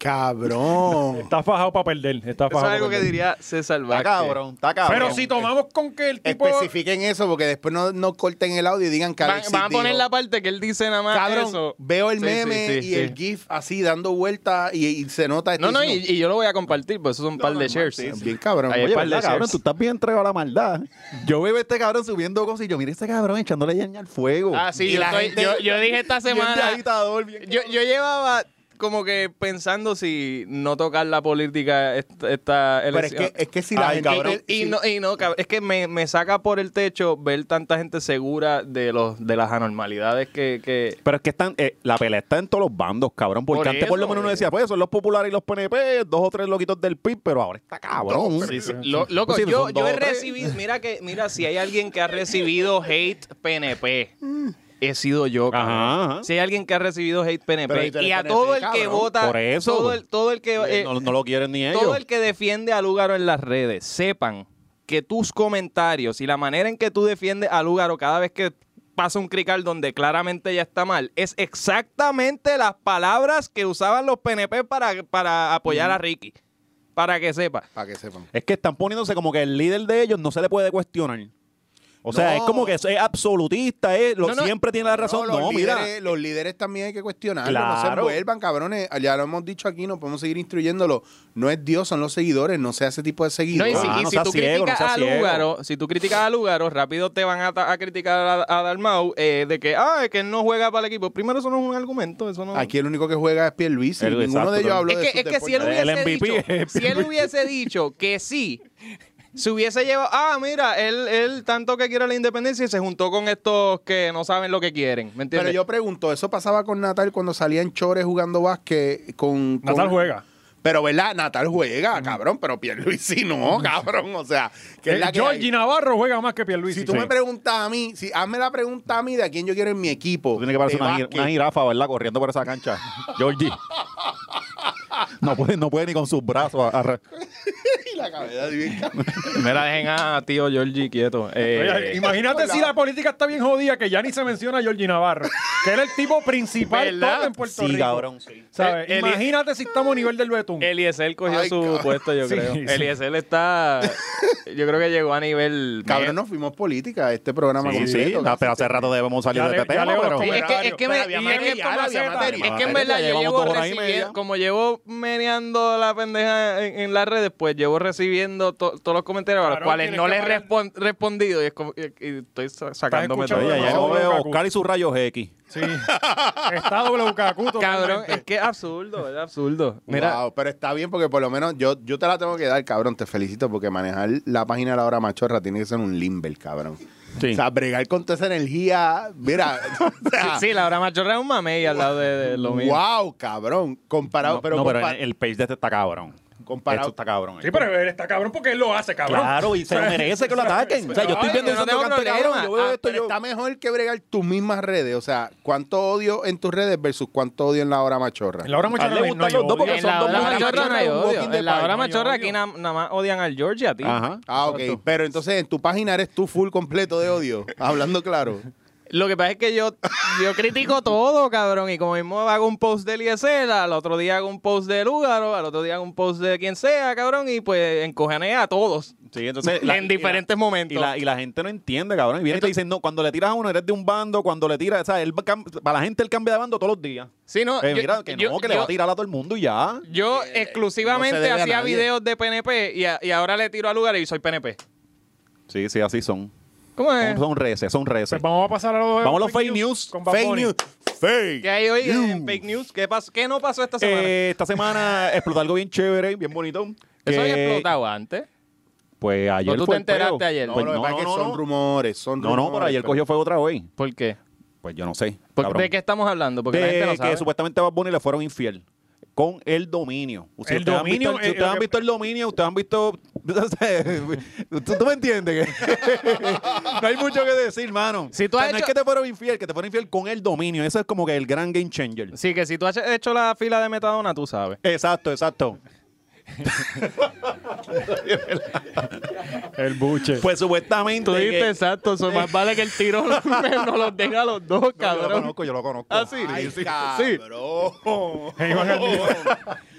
B: Cabrón.
A: Está fajado para perder. Está
C: Eso
A: fajado
C: es
A: pa'
C: algo que
A: perder.
C: diría César Vázquez.
D: está
A: Pero si tomamos con que el tipo.
B: Especifiquen eso porque después no, no corten el audio y digan que
C: Van,
B: Alexis
C: van a poner
B: dijo,
C: la parte que él dice nada más
B: Cabrón,
C: eso.
B: veo el
C: Sí,
B: meme
C: sí, sí,
B: y el
C: sí.
B: GIF así dando vueltas y, y se nota.
C: No, no, y,
B: diciendo,
C: y yo lo voy a compartir, pues eso son un par de shares.
B: Bien cabrón.
C: Ahí
B: Oye,
D: Oye,
C: par de
D: ¿verdad, cabrón?
C: shares.
D: Tú estás bien entregado a la maldad. Yo veo a este cabrón subiendo cosas y yo, mira este cabrón echándole leña al fuego.
C: Ah, sí,
B: Y
C: yo,
B: la
C: estoy-
B: gente-
C: yo, yo dije esta
D: Bien
C: semana.
D: agitador, bien-
C: Yo, yo llevaba como que pensando si no tocar la política est- esta
B: pero es
C: elección.
B: que, es que si la
D: Ay,
B: gente...
D: cabrón.
B: si-
C: y, no, y no, cabrón, es que me, me saca por el techo ver tanta gente segura de los de las anormalidades que, que-
D: Pero es que están, eh, la pelea está en todos los bandos, cabrón. Porque
C: Por
D: antes por lo
C: eso,
D: menos uno
C: eh.
D: decía, pues son los populares y los PNP, dos o tres loquitos del PIB, pero ahora está cabrón. Pues
C: Lo- loco,
D: Sí,
C: yo,
D: son
C: yo
D: dos
C: he
D: o tres.
C: recibido, mira que, mira, si hay alguien que ha recibido hate PNP, he sido yo, cabrón.
D: Ajá, ajá.
C: Si hay alguien que ha recibido hate
B: Pero
C: PNP,
B: y tú
C: y,
B: eres
C: a
B: PNP,
C: todo el que
B: cabrón.
C: vota,
D: Por eso.
C: todo el, todo el que eh,
D: no, no lo quieren ni ellos.
C: todo el que defiende a Lúgaro en las redes, sepan que tus comentarios y la manera en que tú defiendes a Lúgaro cada vez que pasa un crical donde claramente ya está mal, es exactamente las palabras que usaban los PNP para, para apoyar
D: Mm.
C: a Ricky. Para que sepa.
B: Para que sepan.
D: Es que están poniéndose como que el líder de ellos no se le puede cuestionar. O sea,
B: No.
D: es como que es, es absolutista, es, lo,
C: No, no.
D: siempre tiene la razón. No,
B: los,
D: mira.
B: líderes, los líderes también hay que cuestionarlos. No se
D: Claro.
B: vuelvan, cabrones. Ya lo hemos dicho aquí, no podemos seguir instruyéndolo. No es Dios, son los seguidores. No sea ese tipo de
C: No,
B: seguidores.
C: y si,
D: Ah,
C: y
D: no
C: si
D: seas
C: tú
D: ciego,
C: criticas
D: no seas
C: a
D: ciego.
C: Lugaro, si tú criticas a Lugaro, rápido te van a, ta- a criticar a, a Dalmau eh, de que, ah, es que él no juega para el equipo. Primero, eso no es un argumento, eso no...
B: Aquí el único que juega es Pierluisi.
D: El-
B: Ninguno
D: exacto,
B: de ellos
D: claro.
B: habló
C: es
B: de
C: que,
B: sus
C: es que si él
B: deportes.
C: hubiese
D: El MVP
C: dicho,
D: es
C: si él hubiese dicho que sí, se hubiese llevado, ah, mira, él, él tanto que quiere la independencia y se juntó con estos que no saben lo que quieren, ¿me
B: Pero
C: entiendes?
B: yo pregunto, ¿eso pasaba con Natal cuando salía en Chores jugando básquet? Con, con-
A: Natal juega.
B: Pero, ¿verdad? Natal juega, cabrón, pero Pierluisi no, cabrón. O sea,
D: Eh,
B: que es la que hay.
A: Georgie Navarro juega más que Pierluisi.
B: Si tú me preguntas a mí, si hazme la pregunta a mí de a quién yo quiero en mi equipo.
D: Tú tienes que parecer
B: de
D: una, jir-
B: básquet.
D: una jirafa, ¿verdad? Corriendo por esa cancha. Georgie. No puede, no puede ni con sus brazos. a- a-
B: Y la cabeza de bien, cabrón.
C: Mira, dejen a tío Georgie quieto.
A: Oye,
C: Eh,
A: imagínate si la política está bien jodida que ya ni se menciona a Georgie Navarro, que era el tipo principal
C: ¿Verdad?
A: top en Puerto
D: Sí,
A: Rico.
D: cabrón, sí.
A: ¿Sabes?
C: El- el-
A: imagínate si estamos a nivel del Betún.
C: Eliezer cogió
B: Ay,
C: su
B: cabrón.
C: puesto, yo
A: Sí,
C: creo.
A: sí.
C: Eliezer está. Yo creo que llegó a nivel.
B: Cabrón, nos fuimos política a este programa.
D: Sí,
B: completo,
D: sí,
B: casi.
D: pero hace rato debemos salir
A: Ya
D: de
A: le-
D: este
A: ya
D: tema,
A: leo los
D: pero...
A: comentarios.
C: Sí, es que, es que, me-
B: Pero había
C: y es que
B: material,
C: toma
B: había
C: zeta.
B: material.
C: Es que en
D: Material,
C: verdad
D: ya
C: yo
D: llevamos
C: llevo
D: dos horas y
C: recibiendo,
D: media.
C: como llevo meneando la pendeja en, en las redes, pues llevo recibiendo to- todos los comentarios a los
A: Claro,
C: cuales
A: tienes
C: no
A: que
C: les he
A: pagar.
C: respon- respondido y, es como- y- y estoy sa- sacándome
A: escuchando
C: todo.
D: Oye, ya
A: Vamos,
D: yo
A: vamos,
D: veo a
A: Kaku.
D: Oscar y sus rayos X.
A: Sí. Está WKQ
C: Cabrón,
A: totalmente.
C: es que es absurdo, es absurdo. Mira,
B: Wow, pero está bien porque por lo menos yo, yo te la tengo que dar, cabrón. Te felicito porque manejar la página de la hora machorra tiene que ser un limber, cabrón.
D: Sí.
B: O sea, bregar con toda esa energía. Mira, o sea,
C: sí, la hora machorra es un mamey al lado de, de lo mío.
B: wow, cabrón. Comparado,
D: No,
B: pero,
D: no, pero
B: compa-
D: el page de este está cabrón.
B: Comparado-
D: Esto está cabrón. eh.
A: Sí, pero él está cabrón porque él lo hace, cabrón.
D: Claro, y se lo merece que lo ataquen. O sea, yo estoy
C: Ay,
D: viendo
C: yo no
D: eso
C: tengo
D: cabrón.
C: problema.
D: Yo veo
C: Ah,
D: esto
B: pero
D: yo...
B: está mejor que bregar tus mismas redes. O sea, ¿cuánto odio en tus redes versus cuánto odio en la hora machorra?
A: La hora machorra
D: A él le
A: no
D: gustan
A: hay
D: los dos
A: odio.
D: porque
C: En
D: son
C: la
D: dos
C: hora
D: mujeres
C: machorra no hay
B: machorras, un walking
C: odio. En
B: the
C: la hora
B: park,
A: no hay
C: machorra
A: odio.
C: aquí na- nada más odian al George y a ti.
D: Ajá.
B: Ah, ok. Pero entonces en tu página eres tú full completo de odio. hablando claro.
C: Lo que pasa es que yo, yo critico todo, cabrón. Y como mismo hago un post de Eliezer, al otro día hago un post de Lúgaro, al otro día hago un post de quien sea, cabrón. Y pues encojané a todos.
D: Sí, entonces...
C: en diferentes momentos.
D: Y la, y la gente no entiende, cabrón. Y viene y te dicen, no, cuando le tiras a uno eres de un bando, cuando le tiras, o sea, él cam- para la gente él cambia de bando todos los días.
C: Sí, no,
D: Eh,
C: yo-
D: mira, que
C: yo-
D: no, que le va
C: yo-
D: a tirar a todo el mundo y ya.
C: Yo
D: no
C: exclusivamente
D: se debe a
C: hacía
D: nadie.
C: videos de PNP y, a- y ahora le tiro a Lúgaro y soy PNP.
D: Sí, sí, así son.
C: ¿Cómo
D: Son,
C: es?
D: son reces, son reces.
A: Pues vamos a pasar a los,
D: Vamos a los fake news.
A: con Bad
B: Fake
A: Bunny.
B: news. Fake.
C: ¿Qué hay hoy en fake news? ¿Qué, pasó? ¿Qué no pasó esta semana?
D: Eh, esta semana explotó algo bien chévere, bien bonito.
C: Eso había
D: que-
C: explotado antes.
D: Pues ayer
C: ¿O tú
D: fue
C: te
D: el
C: enteraste
D: peo.
C: ayer?
B: No,
D: Pues,
B: lo que
D: no,
B: pasa es
D: no,
B: que
D: no,
B: son
D: no.
B: rumores, son
D: No, no,
B: rumores.
D: pero ayer
B: pero-
D: cogió fuego otra vez.
C: ¿Por qué?
D: Pues yo no sé.
C: ¿Por-
D: cabrón.
C: ¿De qué estamos hablando? Porque
D: De
C: la gente no sabe.
D: que supuestamente a Bad Bunny le fueron infiel con el dominio.
A: El
D: ustedes han
A: dominio,
D: visto el- si
A: eh,
D: ustedes
A: lo
D: han
A: que-
D: visto el dominio, ustedes han visto. ¿Tú, tú me entiendes? no hay mucho que decir, mano.
C: Si tú has
D: no es
C: hecho-
D: que te fueron infiel, que te fueron infiel con el dominio. Eso es como que el gran game changer.
C: Sí, que si tú has hecho la fila de metadona, tú sabes.
D: Exacto, exacto.
A: El buche.
D: Pues supuestamente.
C: Tú dijiste
D: que-
C: exacto, eso más vale que el tiro no los den a los dos,
D: No, Yo lo
C: cabrón.
D: conozco, yo lo conozco.
C: Ah, sí.
B: Ay,
C: Sí.
B: cabrón.
A: Iván Almirante.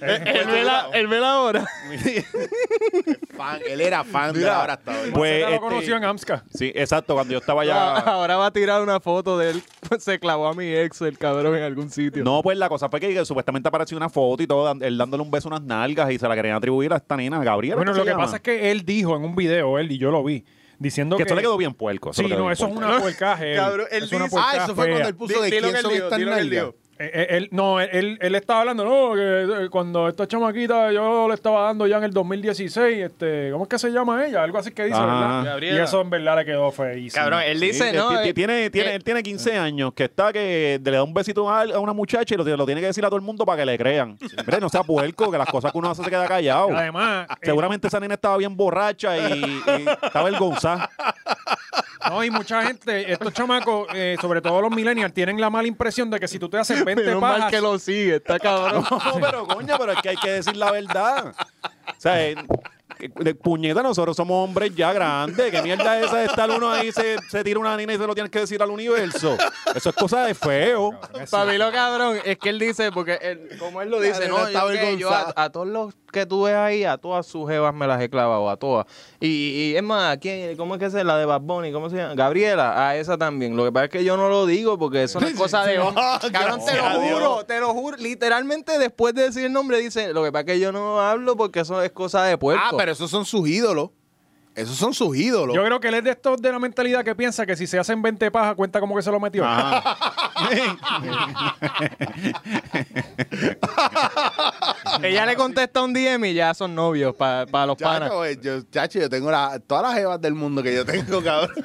C: Él ve la- él ve la hora.
B: Fan, él era fan de
D: Mira,
B: la hora hasta hoy.
D: pues,
A: Maceta lo
D: este-
A: conoció en Amska.
D: Sí, exacto. Cuando yo estaba
C: Ah,
D: ya.
C: Ahora va a tirar una foto de él. Se clavó a mi ex, el cabrón, en algún sitio.
D: No, pues la cosa fue que, supuestamente apareció una foto y todo, dan- él dándole un beso a unas nalgas y se la querían atribuir a esta nena, Gabriela.
A: Bueno,
D: ¿qué
A: lo
D: se
A: que
D: llama?
A: pasa es que él dijo en un video, él y yo lo vi, diciendo
D: Que
A: que...
D: esto le quedó bien puerco.
A: Sí,
D: le quedó
A: no,
D: bien
A: eso es
D: puerco.
A: una puercaje. él.
C: Cabrón, él
A: Es una
C: dice-
B: Ah,
A: puercaja
B: eso fue cuando
A: fea.
B: él puso de
C: Di- di lo
B: quién
C: que él
B: son
C: dijo,
B: estas
C: di lo que él
B: nalgas.
C: dijo.
A: Eh, eh, él, no, él, él estaba hablando, no, que eh, cuando esta chamaquita yo le estaba dando ya en el 2016, este, ¿cómo es que se llama ella? Algo así que dice,
D: Ajá.
A: ¿verdad?
C: Gabriela.
A: Y eso en verdad le quedó feísimo.
C: Cabrón, él
D: Sí,
C: dice,
D: él
C: no.
D: ti-
C: eh,
D: tiene, tiene,
C: eh,
D: él tiene 15 años, que está que le da un besito a, a una muchacha y lo, lo tiene que decir a todo el mundo para que le crean. Mira, no sea puerco, que las cosas que uno hace se queda callado.
A: Además,
C: Ah,
A: eh,
D: Seguramente esa nena estaba bien borracha y, y estaba vergonzada.
A: no, y mucha gente, estos chamacos, eh, sobre todo los millennials, tienen la mala impresión de que si tú te haces 20
C: menos mal
A: pajas,
C: que lo sigue, está cabrón.
D: No, pero coño, pero es que hay que decir la verdad. O sea, eh, que- de puñeta, nosotros somos hombres ya grandes. ¿Qué mierda es esa de estar uno ahí, se, se tira una nina y se lo tienes que decir al universo? Eso es cosa de feo.
C: Para mí lo cabrón es que él dice, porque él- como él lo
B: La
C: dice,
B: nena
C: no,
B: está
C: yo, que- yo a,
B: avergonzada.
C: a todos los que tú ves ahí, a todas sus jevas me las he clavado, a todas. Y, y es más, ¿quién, ¿cómo es que es la de Bad Bunny? ¿Cómo se llama? Gabriela, a esa también. Lo que pasa es que yo no lo digo porque eso no es cosa de hombre.
B: Ah,
C: Cabrón, te lo
B: Gracias a Dios.
C: juro, te lo juro. Literalmente después de decir el nombre dice, lo que pasa es que yo no hablo porque eso es cosa de puerco.
B: Ah, pero esos son sus ídolos. Esos son sus ídolos.
A: yo creo que él es de estos de la mentalidad que piensa que si se hacen 20 pajas, cuenta como que se lo metió.
C: Ella le contesta un DM y ya son novios para los panas.
B: Chacho, eh, yo, chacho, yo tengo la- todas las jevas del mundo que yo tengo, cabrón.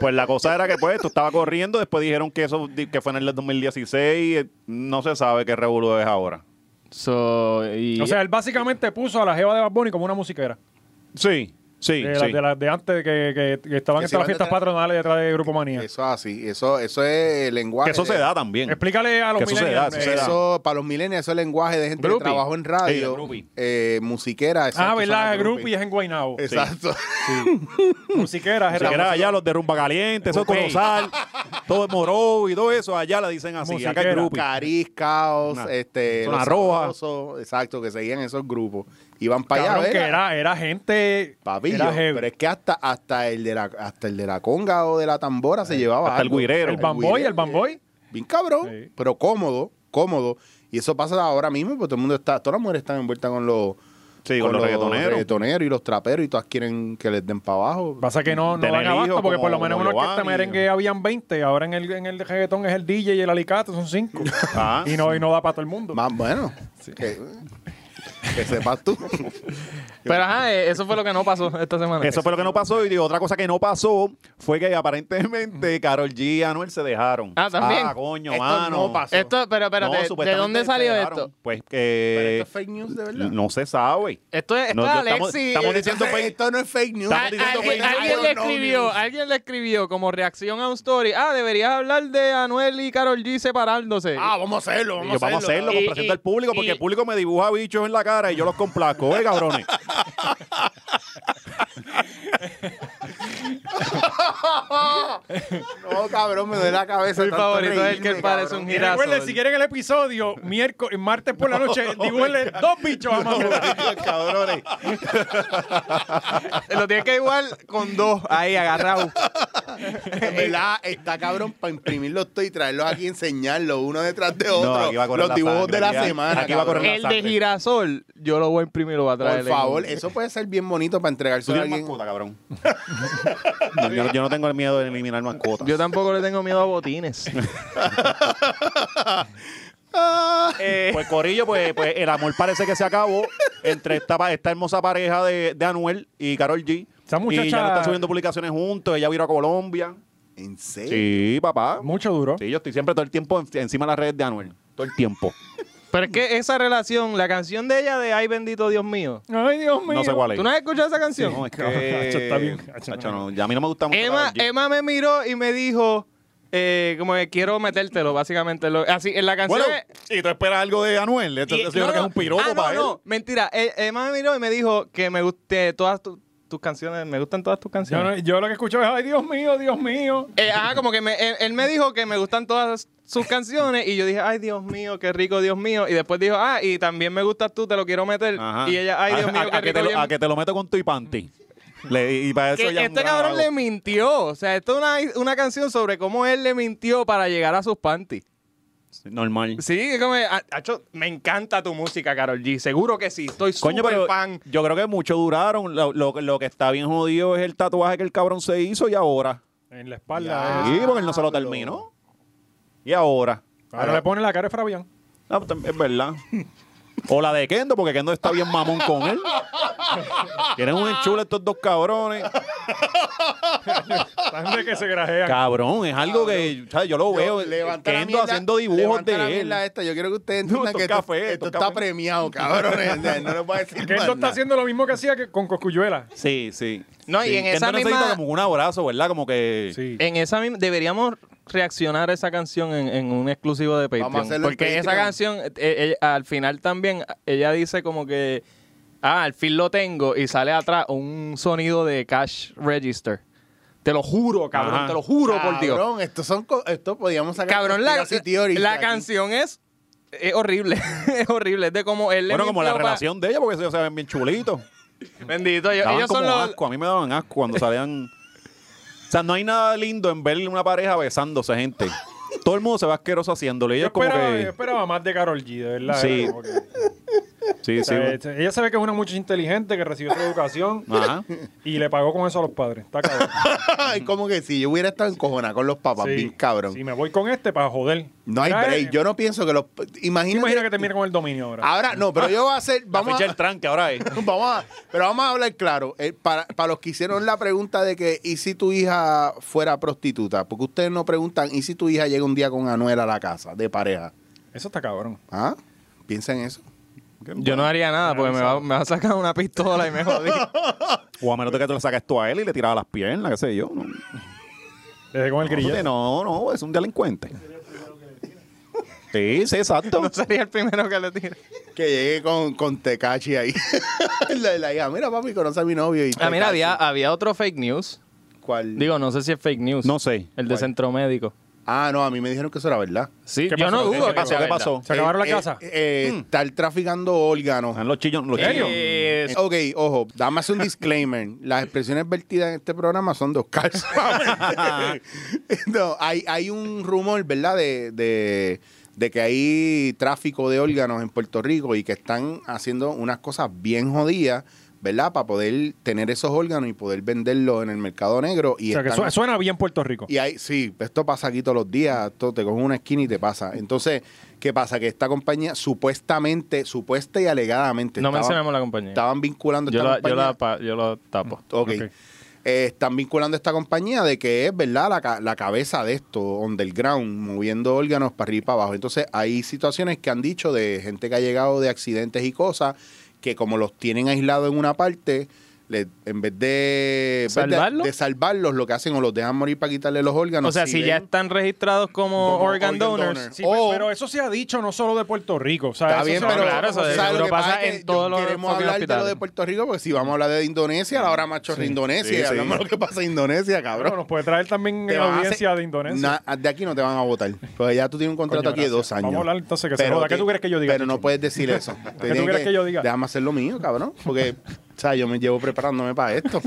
D: Pues la cosa era que pues tú estaba corriendo, después dijeron que eso di- que fue en el 2016, eh, no se sabe qué revolú es ahora.
C: So, y-
A: O sea, él básicamente puso a la jeva de Bad Bunny como una musiquera.
D: Sí, sí,
A: de, la-
D: sí.
A: de la- de antes de que, que- que estaban
B: Que
A: estas
B: se
A: las
B: van
A: fiestas
B: detrás-
A: patronales detrás de Grupo Manía.
B: Eso así, eso, eso es el lenguaje.
D: Que eso
B: de-
D: se da también.
A: Explícale a los
D: Que eso se da,
A: millennials,
D: eso se
A: eh,
D: da.
B: Eso, para los millennials, eso es el lenguaje de gente
C: Groupie.
B: que trabajó en radio,
D: groupie.
B: eh, musiquera.
A: Ah, ¿verdad?
B: exacto, son
A: El
B: las
A: grupo y es en Guaynabo.
B: Exacto.
A: Musiquera,
D: Si
A: era
D: quieres allá los de rumba caliente, eso es
C: Ok.
D: colosal, todo es moró y todo eso, allá la dicen así, acá
A: Musiquera.
D: el grupo.
B: Cariz, caos,
D: Nah.
B: este,
D: Zona
B: Los
D: Roja.
B: Sabrosos, exacto, que seguían esos grupos. Iban para allá.
A: Cabrón,
B: a ver
A: que
B: a-
A: era, era gente.
B: Papillo,
A: era heavy.
B: pero es que hasta, hasta, el de la, hasta el de la conga o de la tambora se llevaba
D: hasta el
B: algo.
D: guirero.
A: el bamboy,
B: guirero,
A: el bamboy.
B: Bien cabrón,
A: Sí.
B: pero cómodo, cómodo. Y eso pasa ahora mismo porque todo el mundo está, todas las mujeres están envueltas con los,
D: Sí, con los reggaetoneros.
B: reggaetoneros y los traperos y todas quieren que les den para abajo.
A: Pasa que no, no
D: Tener
A: dan abasto
D: hijos
A: porque por lo
D: como
A: menos en una orquesta
D: Giovanni.
A: merengue habían 20. Ahora en el, en el reggaetón es el DJ y el alicate, son 5.
D: Ah.
A: y, no, y no da para todo el mundo.
B: Más bueno, que, que sepas tú.
C: pero ajá, eh, eso fue lo que no pasó esta semana.
D: Eso fue lo que no pasó y digo, otra cosa que no pasó fue que aparentemente Carol G y Anuel se dejaron.
C: Ah, ¿también?
D: Ah, coño,
B: Esto
D: mano.
B: no pasó.
C: Esto, pero
D: No,
C: espérate, ¿de
D: supuestamente
C: dónde
D: se
C: salió
D: dejaron.
C: esto?
D: Pues
B: Pero
D: que
B: esto es fake news de verdad.
D: no se sabe.
C: Esto es, esto
D: No,
C: es
D: yo-
C: Alexi.
D: estamos- estamos
C: eh,
D: diciendo
B: Entonces, esto no es fake news.
C: Al- alguien, alguien le escribió, alguien le escribió como reacción a un story. Ah, deberías hablar de Anuel y Carol G separándose.
B: Ah, vamos a hacerlo,
D: Y
B: vamos
D: yo,
B: a
D: vamos a hacerlo,
C: Y-
D: complaciendo
C: y-
D: al público,
C: y-
D: porque el público me dibuja bichos en la cara y yo los complazco, oye, cabrones.
B: No, cabrón, me duele la cabeza.
C: Mi
B: tanto
C: favorito es el
B: reírme,
C: que él parece un
B: cabrón.
A: Y
C: Mira,
A: recuerden,
C: Sol.
A: si quieren el episodio, miércoles, martes por la noche, dibújenle dos bichos a Manuel.
D: cabrones.
C: Lo tienes que igual con dos ahí agarrado.
B: En verdad, está cabrón para imprimirlos todos y traerlos aquí y enseñarlos uno detrás de otro.
D: No, aquí va a correr
B: los
D: la
B: dibujos
D: sangre,
B: de la
D: aquí va-
B: semana.
D: aquí va a correr
B: cabrón.
C: El de girasol, yo lo voy a imprimir y lo voy a traer.
B: Por favor, eso puede ser bien bonito para entregarse
D: Tú
B: a
D: tienes
B: alguien.
D: mascota, cabrón. No, yo, yo no tengo el miedo de eliminar mascotas.
C: Yo tampoco le tengo miedo a botines. Eh,
D: Pues Corillo, pues, pues el amor parece que se acabó entre esta, pa- esta hermosa pareja de, de Anuel y Carol G.
A: Esa muchacha-
D: Y ya no están subiendo publicaciones juntos, ella vino a Colombia.
B: ¿En
D: Sí,
B: serio?
D: papá.
A: Mucho duro.
D: Sí, yo estoy siempre todo el tiempo en- encima de las redes de Anuel. Todo el tiempo.
C: pero es que esa relación, la canción de ella de Ay bendito Dios mío.
A: Ay, Dios mío.
D: No sé cuál es.
C: ¿Tú no has escuchado esa canción?
D: No, es que...
A: Hacho, está bien. Hacho,
D: Hacho, no, ya a mí no me gusta mucho
C: Emma,
D: Karol G.
C: Emma me miró y me dijo, eh, como que quiero metértelo, básicamente. Lo- así, en la canción...
D: Bueno,
C: es-
D: y tú esperas algo de Anuel. Esto,
C: Y-
D: yo creo
C: no,
D: que es
C: no.
D: un piropo
C: Ah, no,
D: para él.
C: no, mentira. Eh, Emma me miró y me dijo que me guste todas tu- tus canciones, me gustan todas tus
A: Yo, no-
C: canciones.
A: yo lo que escucho es, ay, Dios mío, Dios mío.
C: Eh, ajá, como que me- él, él me dijo que me gustan todas sus canciones y yo dije, ay, Dios mío, qué rico, Dios mío. Y después dijo, ah, y también me gustas tú, te lo quiero meter.
D: Ajá.
C: Y ella, ay, Dios
D: A-
C: mío,
D: a,
C: qué
D: a que
C: rico.
D: te lo,
C: Dios
D: a que te lo meto con tu y panty. Le- y para eso
C: que
D: ya es un
C: este
D: gran
C: cabrón
D: halago.
C: le mintió. O sea, esto es una, una canción sobre cómo él le mintió para llegar a sus panties.
D: Normal.
C: Sí, es como, ah, acho, me encanta tu música, Carol G. Seguro que sí, estoy
D: Coño,
C: súper
D: pero
C: fan.
D: yo creo que mucho duraron. Lo, lo- lo que está bien jodido es el tatuaje que el cabrón se hizo y ahora.
A: En la
D: Y
C: Ah,
A: espalda. eh.
D: porque él no se lo terminó. Y ahora.
A: Ahora le ponen la cara de Fabián.
D: Ah, pues, es verdad. O la de Kendo, porque Kendo está bien mamón con él. Tienen un enchule estos dos cabrones.
A: Tan de que se grajean.
D: Cabrón, es algo que o sea, yo lo veo.
B: levanta la
D: Kendo
B: mierda-
D: haciendo dibujos
B: levanta la
D: de él.
B: mierda esta. Yo quiero que ustedes
D: No,
B: entiendan
D: esto
B: que
D: es
B: esto,
D: café,
B: esto
D: esto es
B: está
D: café.
B: premiado, cabrón. O sea, no les voy a decir
A: Que
B: más
A: esto está
B: nada.
A: haciendo lo mismo que hacía que con Coscuyuela.
D: Sí, sí.
C: No, y
D: Sí,
C: en
D: Kendo
C: esa
D: necesita
C: misma-
D: como un abrazo, ¿verdad? Como que.
A: Sí.
C: En esa misma, deberíamos reaccionar a esa canción en, en un exclusivo de Patreon.
B: Vamos a hacerlo en
C: porque esa
B: Patreon.
C: canción, eh, eh, al final también, ella dice como que, ah, al fin lo tengo, y sale atrás un sonido de cash register. Te lo juro, cabrón,
D: Ajá.
C: te lo juro por Dios.
B: Cabrón, estos son co- esto podíamos sacar
C: Cabrón, la,
B: conspiracy theories
C: la
B: aquí.
C: canción es, es horrible, es horrible, es de como él le
D: Bueno, como la
C: mintió pa-
D: relación de ella, porque ellos se ven bien chulitos.
C: Bendito, ellos,
D: Daban
C: ellos
D: como
C: son los...
D: asco. A mí me daban asco cuando salían. o sea, no hay nada lindo en ver una pareja besándose, gente. Todo el mundo se va asqueroso haciéndolo. y
A: Yo
D: Ellos como
A: esperaba, yo
D: que.
A: esperaba más de Carol G, de verdad.
D: Sí.
A: era como que-
D: Sí,
A: o
D: sí.
A: sea, eh, Ella se ve que es una muchacha inteligente que recibió su educación
D: Ajá.
A: y le pagó con eso a los padres. Está cabrón.
B: Ay, como que si yo hubiera estado encojonada con los papás, bien cabrón.
A: Si me voy con este para joder.
B: No hay
A: Mira, eh,
B: break. Yo no Ah. pienso que los. Imagínate.
A: Imagina que termine con el dominio ahora.
B: Ahora, no, pero yo voy a hacer.
D: Vamos
B: Vamos
D: el
B: a,
D: tranque ahora es.
B: vamos a- Pero vamos a hablar claro. Eh, para, para los que hicieron la pregunta de que, ¿y si tu hija fuera prostituta? Porque ustedes no preguntan, ¿y si tu hija llega un día con Anuel a la casa de pareja?
A: Eso está cabrón.
B: ¿Ah? Piensa en eso.
C: Yo no haría nada porque me va, me va a sacar una pistola y me jodí.
D: O a menos de que tú le sacas tú a él y le tiraba las piernas, qué sé yo. No,
A: Desde con el grillete.
D: no, no, es un delincuente. Sí, sí, exacto.
C: No sería el primero que le tire.
B: Que llegue con, con Tecachi ahí. la, la hija, mira, papi, conoce a mi novio. Y
C: Ah,
B: Tekashi".
C: mira, había, había otro fake news.
B: ¿Cuál?
C: Digo, no sé si es fake news.
D: No sé.
C: El de Centro Médico.
B: Ah, no, a mí me dijeron que eso era verdad.
C: Sí,
A: ¿Qué
C: yo
A: pasó?
C: no
A: ¿Qué
C: dudo que
A: pasó?
C: sea
D: ¿Qué
C: verdad.
D: pasó?
A: ¿Se acabaron la
B: Eh,
A: casa? Mm.
B: eh, eh, Estar traficando órganos.
D: Están los chillos, los
A: ¿En serio?
D: chillos.
C: Eh,
B: Ok, ojo, dame un disclaimer. Las expresiones vertidas en este programa son de Oscar Suárez. no, hay, hay un rumor, ¿verdad?, de, de- de que hay tráfico de órganos en Puerto Rico y que están haciendo unas cosas bien jodidas, ¿verdad?, para poder tener esos órganos y poder venderlos en el mercado negro. Y
A: O sea, que
B: están-
A: su- suena bien Puerto Rico.
B: y ahí, sí, esto pasa aquí todos los días, esto te coges una esquina y te pasa. Entonces, ¿qué pasa? Que esta compañía supuestamente, supuesta y alegadamente,
C: no
B: estaba-
C: mencionemos la compañía.
B: estaban vinculando
C: Yo
B: esta
C: la, yo,
B: compañía.
C: la, pa- yo la tapo.
B: Ok.
A: Ok.
B: Eh, están vinculando esta compañía de que es, ¿verdad?, la, ca- la cabeza de esto, underground, moviendo órganos para arriba y para abajo. Entonces, hay situaciones que han dicho de gente que ha llegado de accidentes y cosas, que como los tienen aislados en una parte, le- en vez de,
C: ¿Salvarlos?
B: de, de salvarlos, lo que hacen o los dejan morir para quitarle los órganos.
C: o sea, si ya
B: ven-
C: están registrados como,
B: Como
C: organ,
B: organ
C: donors.
B: donor.
A: Sí,
B: O-
A: pero eso se ha dicho no solo de Puerto Rico. O sea,
B: Oh. Está
A: eso
B: bien,
A: se-
B: pero
C: claro, eso
B: o sea,
C: seguro
B: lo que
C: pasa
B: es que
C: en todos los
B: Queremos
C: fucking
B: hablar de lo
C: hospitales.
B: de Puerto Rico porque si vamos a hablar de Indonesia, la hora macho de Indonesia. y hablamos de lo que pasa en Indonesia, cabrón.
A: Bueno, nos puede traer también
B: Te
A: la
B: van a
A: audiencia
B: hacer-
A: de Indonesia.
B: Na- de aquí no te van a votar. Pues ya tú tienes un contrato
A: Coño,
B: aquí de
A: gracias.
B: dos años.
A: Vamos a hablar entonces que se joda. ¿Qué
B: ti-
A: tú quieres que yo diga,
B: Pero no
A: Chicho?
B: puedes decir eso. Te tienes
A: quieres que yo diga?
B: Déjame hacer lo mío, cabrón. Porque, o sea, yo me llevo preparándome para esto.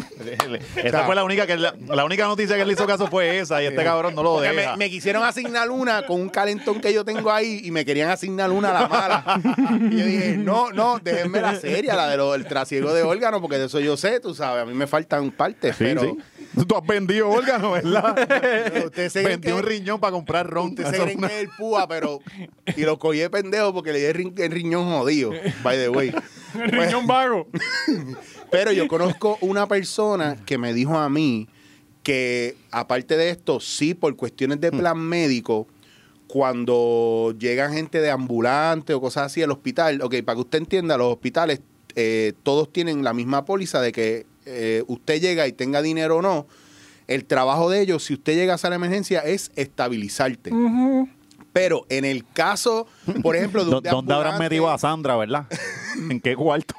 D: Esa fue la única, que la, la única noticia que él hizo caso fue esa y este cabrón no lo
B: Porque
D: deja.
B: me, me quisieron asignar una con un calentón que yo tengo ahí y me querían asignar una a la mala. Y yo dije, no, no, déjenme la seria, la del trasiego de órganos, porque de eso yo sé, tú sabes, a mí me faltan partes, pero...
D: Tú has vendido órganos, ¿verdad?
B: pero Ustedes se creen
D: Vendió un
B: que-
D: riñón para comprar ron.
B: ustedes se
D: Eso es
B: creen
D: una-
B: que es el púa, pero... Y lo cogí de pendejo porque le di el, ri- el riñón jodido, by the way.
A: El riñón vago.
B: Pero yo conozco una persona que me dijo a mí que, aparte de esto, sí, por cuestiones de plan médico, cuando llega gente de ambulante o cosas así al hospital, ok, para que usted entienda, los hospitales eh, todos tienen la misma póliza de que eh, usted llega y tenga dinero o no. El trabajo de ellos, si usted llega a la emergencia, es estabilizarte. Pero en el caso, por ejemplo, de un
D: ¿Dó- ¿Dónde habrán
B: deambulante,
D: metido a Sandra, verdad? ¿En qué cuarto?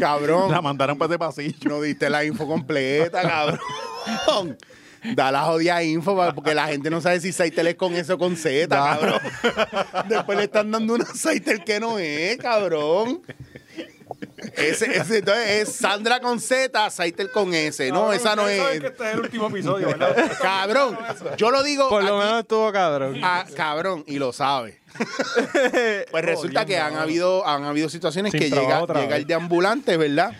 B: Cabrón.
D: La mandaron para ese pasillo.
B: No diste la info completa, cabrón. Da la jodida info pa- porque la gente no sabe si Saitel es con eso o con Z, cabrón. Después le están dando una Saitel que no es, cabrón. Ese, ese, entonces es Sandra con Z, Saitel con S. Eh, No, esa no es.
A: este es el último episodio, ¿verdad?
B: Cabrón, yo lo digo.
C: Por lo
B: aquí-
C: menos estuvo cabrón.
B: Ah, cabrón, y lo sabe. pues resulta que han habido, han habido situaciones
A: Sin
B: que
A: trabajo
B: llega,
A: otra
B: llega
A: vez.
B: el de ambulante, ¿verdad?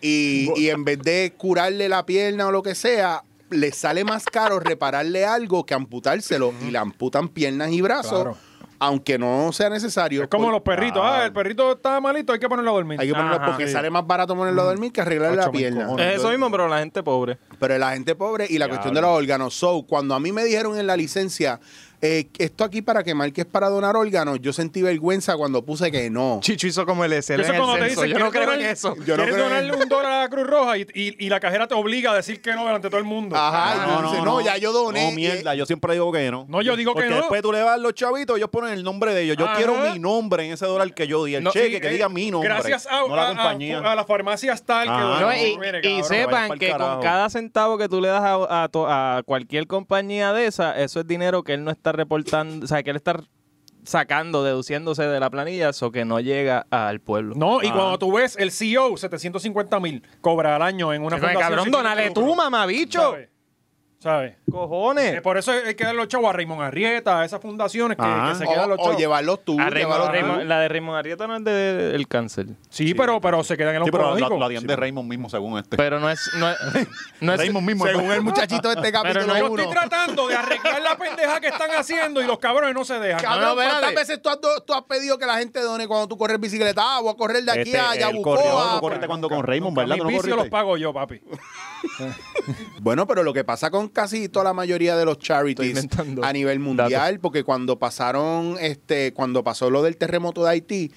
B: Y, y en vez de curarle la pierna o lo que sea, le sale más caro repararle algo que amputárselo. Y le amputan piernas y brazos,
A: Claro.
B: aunque no sea necesario.
A: Es como
B: por-
A: los perritos. Ah, el perrito está malito, hay que ponerlo a dormir.
B: Hay que ponerlo
C: Ajá,
B: porque
A: sí.
B: sale más barato ponerlo a dormir que arreglarle
A: Mm. Ocho,
B: la
A: me
B: pierna.
A: encojono.
C: Es eso mismo, pero la gente pobre.
B: Pero la gente pobre y la cuestión de los órganos. So, cuando a mí me dijeron en la licencia, eh, esto aquí para que marques para donar órganos, yo sentí vergüenza cuando puse que no.
C: Chicho hizo como el SL
A: Eso es cuando te dicen
C: Yo
A: "¿Quieres
C: no creo en
A: donar-
C: eso.
B: Yo no
A: ¿Quieres
B: creo en-
A: donarle un dólar a la Cruz Roja y, y- y la cajera te obliga a decir que no delante de todo el mundo?
B: Ajá, y yo dice, no, ya yo doné.
D: No, mierda, yo siempre digo que no.
A: No, yo digo que
D: Porque
A: no.
D: después tú le vas a los chavitos, ellos ponen el nombre de ellos. Yo
A: Ajá.
D: quiero mi nombre en ese dólar que yo di, el
C: No,
D: cheque,
A: y,
D: que
A: eh,
D: diga mi nombre.
A: Gracias a,
D: no la
A: a- a-
D: compañía.
A: a la farmacia tal. que
D: Ah,
A: donó.
C: No,
D: no,
C: y,
A: Mire, cabrón.
C: y
D: vaya
C: sepan
D: pa'l
C: que con
D: carajo.
C: cada centavo que tú le das a, a to- a cualquier compañía de esa, eso es dinero que él no está reportando, o sea, que él está sacando, deduciéndose de la planilla, eso que no llega al pueblo.
A: No, y cuando tú ves el E CEO, 750 mil cobra al año en una
C: Pero, cabrón, donale tú, mamá, bicho.
A: ¿Sabes? ¿Sabes? Eh,
C: Cojones.
A: por eso hay que dar los chavos a Raymond Arrieta, a esas fundaciones que,
D: Ah.
A: que se quedan los
B: O, o
A: chavos.
B: llevarlos tú,
C: A Raymond-
B: llevarlos tú.
C: Raymond- la de Raymond Arrieta no es del cáncer.
A: sí, pero, pero se quedan en los
D: Sí, pero
A: oncológico.
D: lo, lo harían de Raymond mismo, según este.
C: Pero no es. No es, no es-
D: Raymond mismo.
B: Según el muchachito de este capítulo
C: no hay
A: Yo
B: uno.
A: estoy tratando de arreglar la pendeja que están haciendo y los cabrones no se dejan.
B: Cabrón,
C: No, no,
B: ¿cuántas
C: espérate.
B: veces tú has, do- tú has pedido que la gente done cuando tú corres bicicleta? Ah, voy a correr de aquí
D: Este,
B: a
D: él corrió,
B: Yabucoa.
D: tú corriste cuando con Raymond, ¿verdad?
A: Mis
D: ¿Tú no
A: vicios los
D: corriste?
A: pago yo, papi.
B: Bueno, pero lo que pasa con casi toda la mayoría de los
C: Estoy
B: charities
C: inventando
B: a nivel mundial, porque cuando pasaron, este, cuando pasó lo del terremoto de Haití,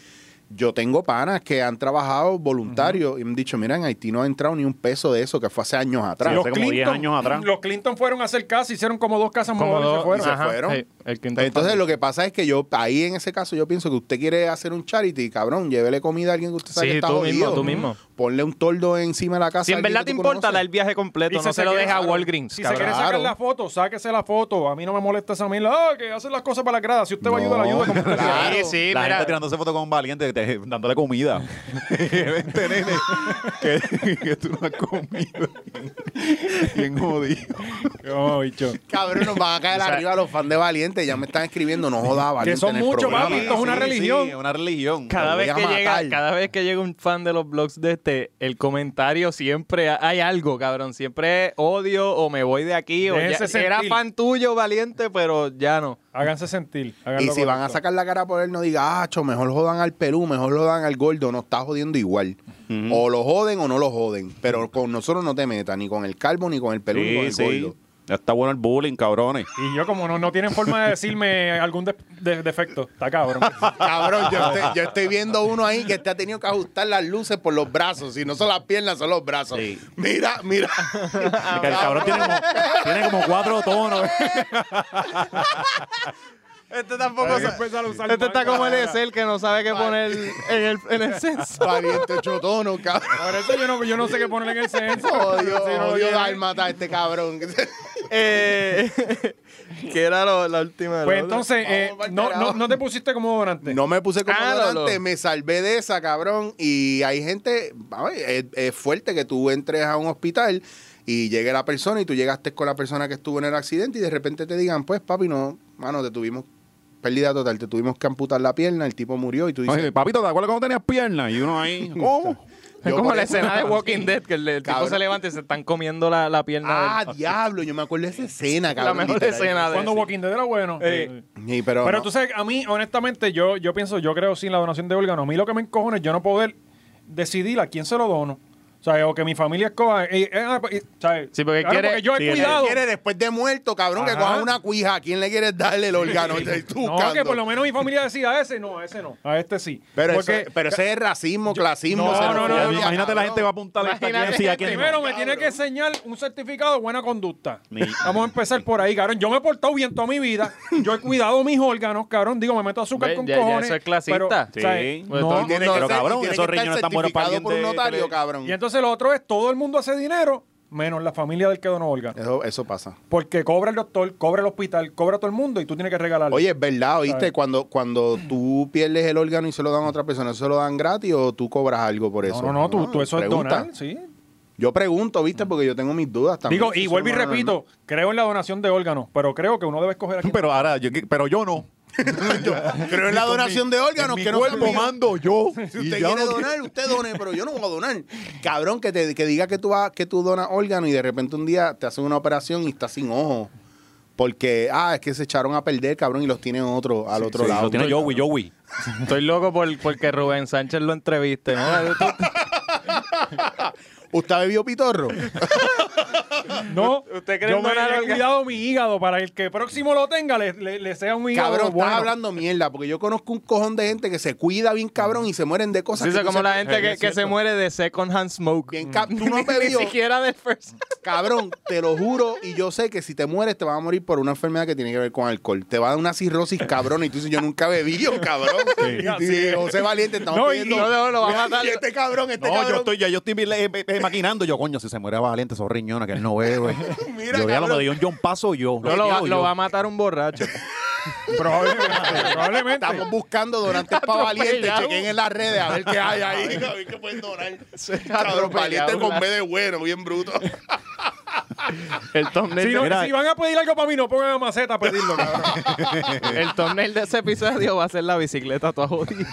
B: Yo tengo panas que han trabajado voluntarios y me han dicho, mira, en Haití no ha entrado ni un peso de eso, que fue hace años atrás.
D: Sí, hace como 10 años atrás.
A: Los Clinton fueron a hacer casa, hicieron como dos casas
C: Como
A: modales y se
C: dos-
A: fueron.
B: y se fueron.
C: sí, el Clinton
B: Entonces
C: Family.
B: lo que pasa es que yo, ahí en ese caso, yo pienso que usted quiere hacer un charity, cabrón, llévele comida a alguien que usted sabe
C: Sí,
B: que está
C: tú
B: jodido.
C: mismo, tú mismo.
B: Ponle un toldo encima de la casa.
C: Si
B: a
C: en
B: alguien
C: verdad
B: que
C: te
B: tú
C: importa
B: conoces.
C: la el viaje completo, no se lo deja a Walgreens.
A: Si
C: cabrón.
A: se quiere sacar
B: Claro.
A: la foto, sáquese la foto. A mí no me molesta esa mierda. Ah, que hacen las cosas para la grada. Si usted va a ayudar, la ayuda. como usted quiera.
C: Sí, sí,
E: la
C: mira.
E: gente tirándose fotos con valiente, te- dándole comida.
D: Este
E: Vente, nene, que, que tú no has comido. Bien jodido.
A: Oh, bicho.
B: Cabrón, nos van a caer arriba los fans de Valiente. Ya me están escribiendo, no joda, Valiente.
A: son
B: en el
A: muchos,
B: programa.
A: papi, esto es una religión.
E: una religión.
C: Cada
B: Lo voy
C: vez,
B: a
C: que llega,
B: matar.
C: cada vez que llega un fan de los blogs de este, el comentario siempre ha- hay algo, cabrón. Siempre es odio o me voy de aquí. O
A: Déjense
C: ya- era
A: sentir.
C: fan tuyo, valiente, pero ya no.
A: Háganse sentir. háganlo
B: Y si van a
A: correcto.
B: sacar la cara por él, no diga, ah, cho, mejor jodan al Perú, mejor jodan al Gordo. No, está jodiendo igual. O lo joden o no lo joden. Pero con nosotros no te metas, ni con el Calvo, ni con el Perú, ni con
E: Sí,
B: el
E: sí.
B: Gordo.
E: Ya está bueno el bullying, cabrones.
A: Y yo, como no, no tienen forma de decirme algún de- de- defecto, está cabrón.
B: Cabrón, yo estoy, yo estoy viendo uno ahí que te ha tenido que ajustar las luces por los brazos. Si no son las piernas, son los brazos. Mira, mira.
E: Que el cabrón tiene como, tiene como cuatro tonos.
C: Este tampoco
A: Hay que empezar a usar
C: Este está
A: manga.
C: como el Excel que no sabe qué poner en el, en el censo.
B: Valiente chotono, cabrón.
A: Por eso yo no, yo no sé qué ponerle en el censo. Pues
B: Odio,
A: Sí, no lo
B: odio
A: llené.
B: matar a este cabrón.
C: Eh, que era lo- la última.
A: Pues
C: la otra.
A: entonces, eh,
B: Vamos pa'l
A: no, no,
B: carajo.
A: no te pusiste como donante.
B: No me puse como
C: Ah, lo-
B: delante,
C: lo-
B: me salvé de esa, cabrón. Y hay gente, ay, es, es fuerte que tú entres a un hospital y llegue la persona y tú llegaste con la persona que estuvo en el accidente y de repente te digan, pues papi, no, mano, te tuvimos pérdida total, te tuvimos que amputar la pierna, el tipo murió y tú dices,
E: Oye, papito, ¿te acuerdas cuando tenías piernas? Y uno ahí, ¿cómo?
C: es
B: yo
C: como
B: por
C: la
B: eso-
C: escena de Walking Dead, que el, el tipo
B: Cabrón.
C: se levanta y se están comiendo la, la pierna.
B: Ah,
C: del-
B: diablo, yo me acuerdo de esa escena,
C: la
B: cabrón.
C: mejor
B: literal.
C: escena de.
A: Cuando Walking Dead era bueno.
C: Eh.
A: Sí, sí.
B: Sí, pero,
A: Pero
B: no.
A: tú sabes, a mí, honestamente, yo, yo pienso, yo creo sin la donación de órganos. A mí lo que me encojona es yo no poder decidir a quién se lo dono. O sea, o que mi familia escoja. eh, eh, ah, pues, eh, ¿sabes?
C: Sí, porque
A: Claro,
C: quiere-
A: yo he
D: sí, él
A: cuidado.
B: Quiere después de muerto, cabrón, que
A: Ajá.
B: coja una cuija. ¿A quién le quieres darle el órgano? Tú
A: No,
B: buscando.
A: que por lo menos mi familia decía a ese no, a ese no, a este sí.
B: Pero,
A: Porque
B: eso- pero ese es racismo, clasismo.
A: No,
B: xenofobia,
A: no, no, no, no.
E: Imagínate la gente va a apuntar a
C: Imagínate,
E: quién sí, a quién no.
A: primero me tiene que enseñar un certificado de buena conducta.
E: Ni-
A: Vamos a empezar por ahí, cabrón. Yo me he portado bien toda mi vida. Yo he cuidado mis órganos, cabrón. Digo, me meto azúcar
C: Ve,
A: con
C: ya- ya
A: cojones.
C: eso es clasista.
A: pero, o sea, pues,
E: Sí.
A: no.
C: Todo el
B: Tiene
E: Pero,
B: que ser-
E: cabrón,
B: tiene que
E: esos
B: estar
E: riñones están buenos para
B: certificado por un
E: alguien de-
B: notario,
E: de-
B: cabrón.
A: Y entonces lo otro es, todo el mundo hace dinero, menos la familia del que donó órganos.
B: Eso, eso pasa.
A: Porque cobra el doctor, cobra el hospital, cobra todo el mundo y tú tienes que regalarlo.
B: Oye, es verdad,
A: ¿Sabes?
B: ¿oíste? Cuando, cuando tú pierdes el órgano y se lo dan a otra persona, ¿eso se lo dan gratis o tú cobras algo por
A: no,
B: eso?
A: no, no, tú, tú eso
B: pregunta.
A: es donar, sí.
B: Yo pregunto, ¿viste? Porque yo tengo mis dudas también.
A: Digo,
B: Eso
A: y
B: es
A: vuelvo y
B: humano,
A: repito, creo en la donación de órganos, pero creo que uno debe escoger aquí.
E: Pero ahora, yo, pero yo no.
B: ¿no? Creo en la donación de órganos,
E: Mi
B: que no sean
E: cuerpo
B: míos.
E: mando yo.
B: Si
E: y
B: usted
E: ya no
B: quiere donar, usted done, pero yo no voy a donar. Cabrón, que te que diga que tú, vas- que tú donas órgano y de repente un día te hacen una operación y estás sin ojo. Porque, ah, es que se echaron a perder, cabrón, y los tienen otro, al otro
E: Sí,
B: lado.
E: Lo tiene Joey, Joey.
B: Este
C: Estoy loco por, porque Rubén Sánchez lo entreviste, ¿no?
B: ¿Usted bebió pitorro?
A: No,
C: ¿Usted cree
A: yo
C: en
A: me
C: donar
A: he
C: órganos?
A: cuidado mi hígado para el que próximo lo tenga le, le- le sea un hígado
B: Cabrón,
A: bueno.
B: estás hablando mierda, porque yo conozco un cojón de gente que se cuida bien cabrón y se mueren de cosas.
C: Sí,
B: que
C: eso
B: tú
C: como la
B: sepas.
C: gente que, que se muere de second hand smoke.
B: Bien cap- tú no
C: Ni-
B: has bebido.
C: Ni siquiera de first.
B: Cabrón, te lo juro, y yo sé que si te mueres te vas a morir por una enfermedad que tiene que ver con alcohol. Te va a dar una cirrosis cabrón y tú dices, yo nunca bebí, yo, cabrón. Y dice, José Valiente, estamos
A: No, y-
B: pidiendo-
C: no, no, lo va a matar.
B: Y este cabrón, este
E: No,
B: cabrón.
E: yo estoy, ya yo estoy eh, eh, eh, maquinando. Yo, coño, si se muere Valiente, esos riñones que él no bebe.
B: Mira,
E: yo ya lo
B: cabrón.
E: me dio un John Paso yo.
C: No, lo, va-
E: yo,
C: lo va a matar un borracho.
A: Probablemente, probablemente.
B: Estamos buscando donantes para Valiente.
C: Atropellado.
B: Chequen en las redes a ver qué hay ahí. A ver qué pueden donar. Cabrón, Valiente con B de bueno, bien bruto.
C: El thumbnail,
A: Si, no-
E: Mira-
A: si van a pedir algo para mí, no pongan a maceta a pedirlo, cabrón.
C: de, el thumbnail de ese episodio va a ser la bicicleta toda jodida.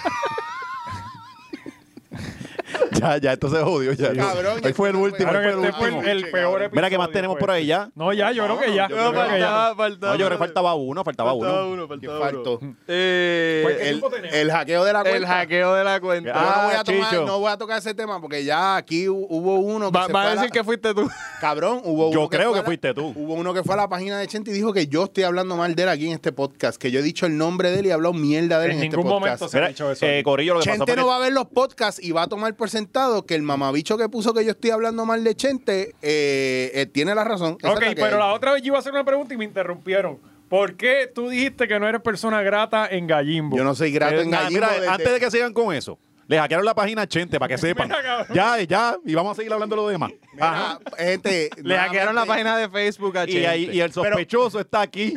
E: ya, ya, esto se jodió. Ya.
B: Cabrón,
E: Ahí
B: ya
E: Este fue el
B: fue
E: último.
A: Claro
E: ahí fue el
A: que este fue
E: último.
A: el, el peor episodio.
D: Mira, ¿qué más tenemos por ahí ya?
A: No, ya, yo creo que ya. Yo creo que ya.
D: No, yo creo que faltaba uno, faltaba uno.
B: ¿Qué faltó?
C: Eh,
A: Pues, ¿qué
B: El,
A: tiempo tenemos?
B: el hackeo de la cuenta.
C: el hackeo de la cuenta.
B: Yo no, voy
D: Ah,
B: a tomar,
D: Chicho.
B: no voy a tocar ese tema porque ya aquí hu- hubo uno que
C: Va,
B: se
C: va
B: fue
C: a
B: la-
C: decir que fuiste tú.
B: Cabrón, hubo uno
D: Yo creo
B: fue
D: que
B: a la-
D: fuiste tú.
B: Hubo uno que fue a la página de Chente y dijo que yo estoy hablando mal de él aquí en este podcast, que yo he dicho el nombre de él y he hablado mierda de él en,
A: En
B: este
A: ningún
B: podcast.
A: momento se ha
D: Mira,
A: dicho eso.
D: eh, Corillo, lo que pasó
B: Chente
D: fue
B: no
D: que-
B: va a ver los podcasts y va a tomar por sentado que el mamabicho que puso que yo estoy hablando mal de Chente eh, eh, tiene la razón. Esa
A: ok,
B: es la que
A: pero
B: hay.
A: la otra vez yo iba a hacer una pregunta y me interrumpieron. ¿Por qué tú dijiste que no eres persona grata en Gallimbo?
B: Yo no soy grato
D: Eh,
B: en
D: nada,
B: Gallimbo
D: mira,
B: desde-
D: antes de que sigan con eso, les hackearon la página a Chente para que sepan.
A: Mira, cabrón.
D: ya, ya, y vamos a seguir hablando de lo demás. Ajá.
B: Mira, gente,
C: Le hackearon la página de Facebook a
D: Y, ahí-
C: Chente.
D: y el sospechoso está aquí.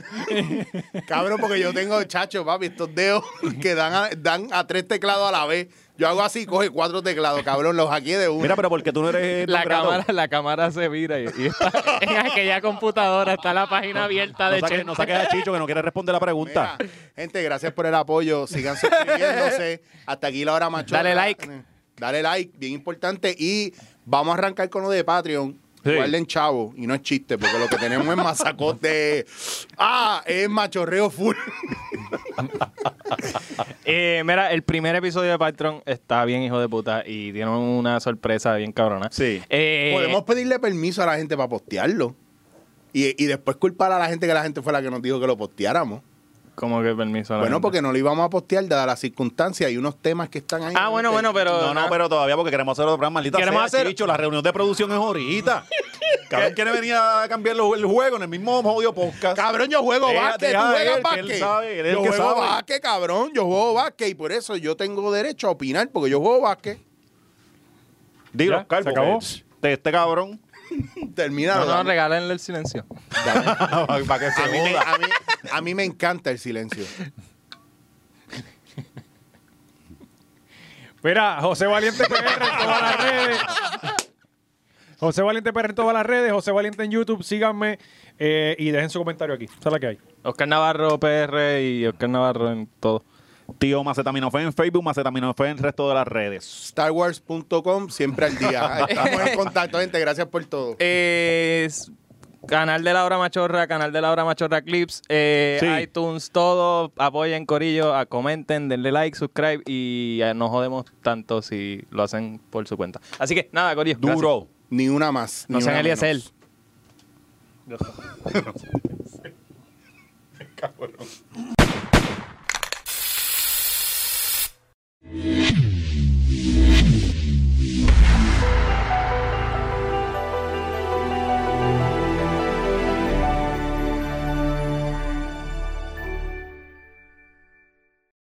B: Cabrón, porque yo tengo, chacho, papi, estos dedos que dan a, dan a tres teclados a la vez. Yo hago así, coge cuatro teclados, cabrón, los hackeé de uno.
D: Mira, pero porque tú no eres
C: la,
D: nombrado.
C: cámara, la cámara se vira y, y está en aquella computadora está la página abierta
D: No
C: de
D: saques,
C: Chente.
D: no saques a Chicho que no quiere responder la pregunta.
B: Mira, gente, gracias por el apoyo. Sigan suscribiéndose. Hasta aquí la hora macho.
C: Dale like.
B: Dale like, bien importante. Y vamos a arrancar con lo de Patreon. Guarden chavo, y no es chiste, porque lo que tenemos es masacote. Ah, es machorreo full.
C: Eh, mira, el primer episodio de Patreon está bien hijo de puta y tiene una sorpresa bien cabrona.
D: Sí.
C: Eh,
B: Podemos pedirle permiso a la gente para postearlo. Y, y después culpar a la gente que la gente fue la que nos dijo que lo posteáramos.
C: ¿Cómo que permiso? a la
B: Bueno,
C: gente?
B: porque no lo íbamos a postear, dadas las circunstancias y unos temas que están ahí.
C: Ah, bueno, bueno, pero...
D: No, no, pero todavía porque queremos hacer otro programa. Maldita
C: Queremos
D: sea,
C: hacer-
D: Chicho, la reunión de producción es ahorita. Cabrón quiere venir a cambiar lo- el juego en el mismo jodido podcast.
B: Cabrón, yo juego
D: Deja-
B: básquet, tú
D: deja a
B: juegas
D: él, que él
B: básquet.
D: sabe, él es
B: yo
D: el que
B: juego
D: sabe.
B: básquet, cabrón, yo juego básquet y por eso yo tengo derecho a opinar porque yo juego básquet.
D: Dilo,
A: Ya,
D: Calvo.
A: se acabó.
D: Este, este cabrón.
B: Termina.
C: No, no, regálenle el silencio.
D: para que
B: a, mí me,
D: joda.
B: a mí- a mí me encanta el silencio.
A: Mira, José Valiente PR en todas las redes. José Valiente PR en todas las redes. José Valiente en YouTube. Síganme eh, y dejen su comentario aquí. Esa es la que hay.
C: Oscar Navarro PR y Oscar Navarro en todo.
D: Tío Macetaminofe en Facebook, Macetaminofe en el resto de las redes.
B: Starwars.com, siempre al día. Estamos en contacto, gente. Gracias por todo.
C: Eh, s- canal de la hora machorra, canal de la hora machorra clips, eh,
D: Sí.
C: iTunes, todo. Apoyen Corillo, a- comenten, denle like, subscribe y eh, no jodemos tanto si lo hacen por su cuenta. Así que nada, Corillo. gracias.
D: Duro.
B: Ni una más.
C: No
B: ni
C: sean
B: una menos.
C: Eliezer.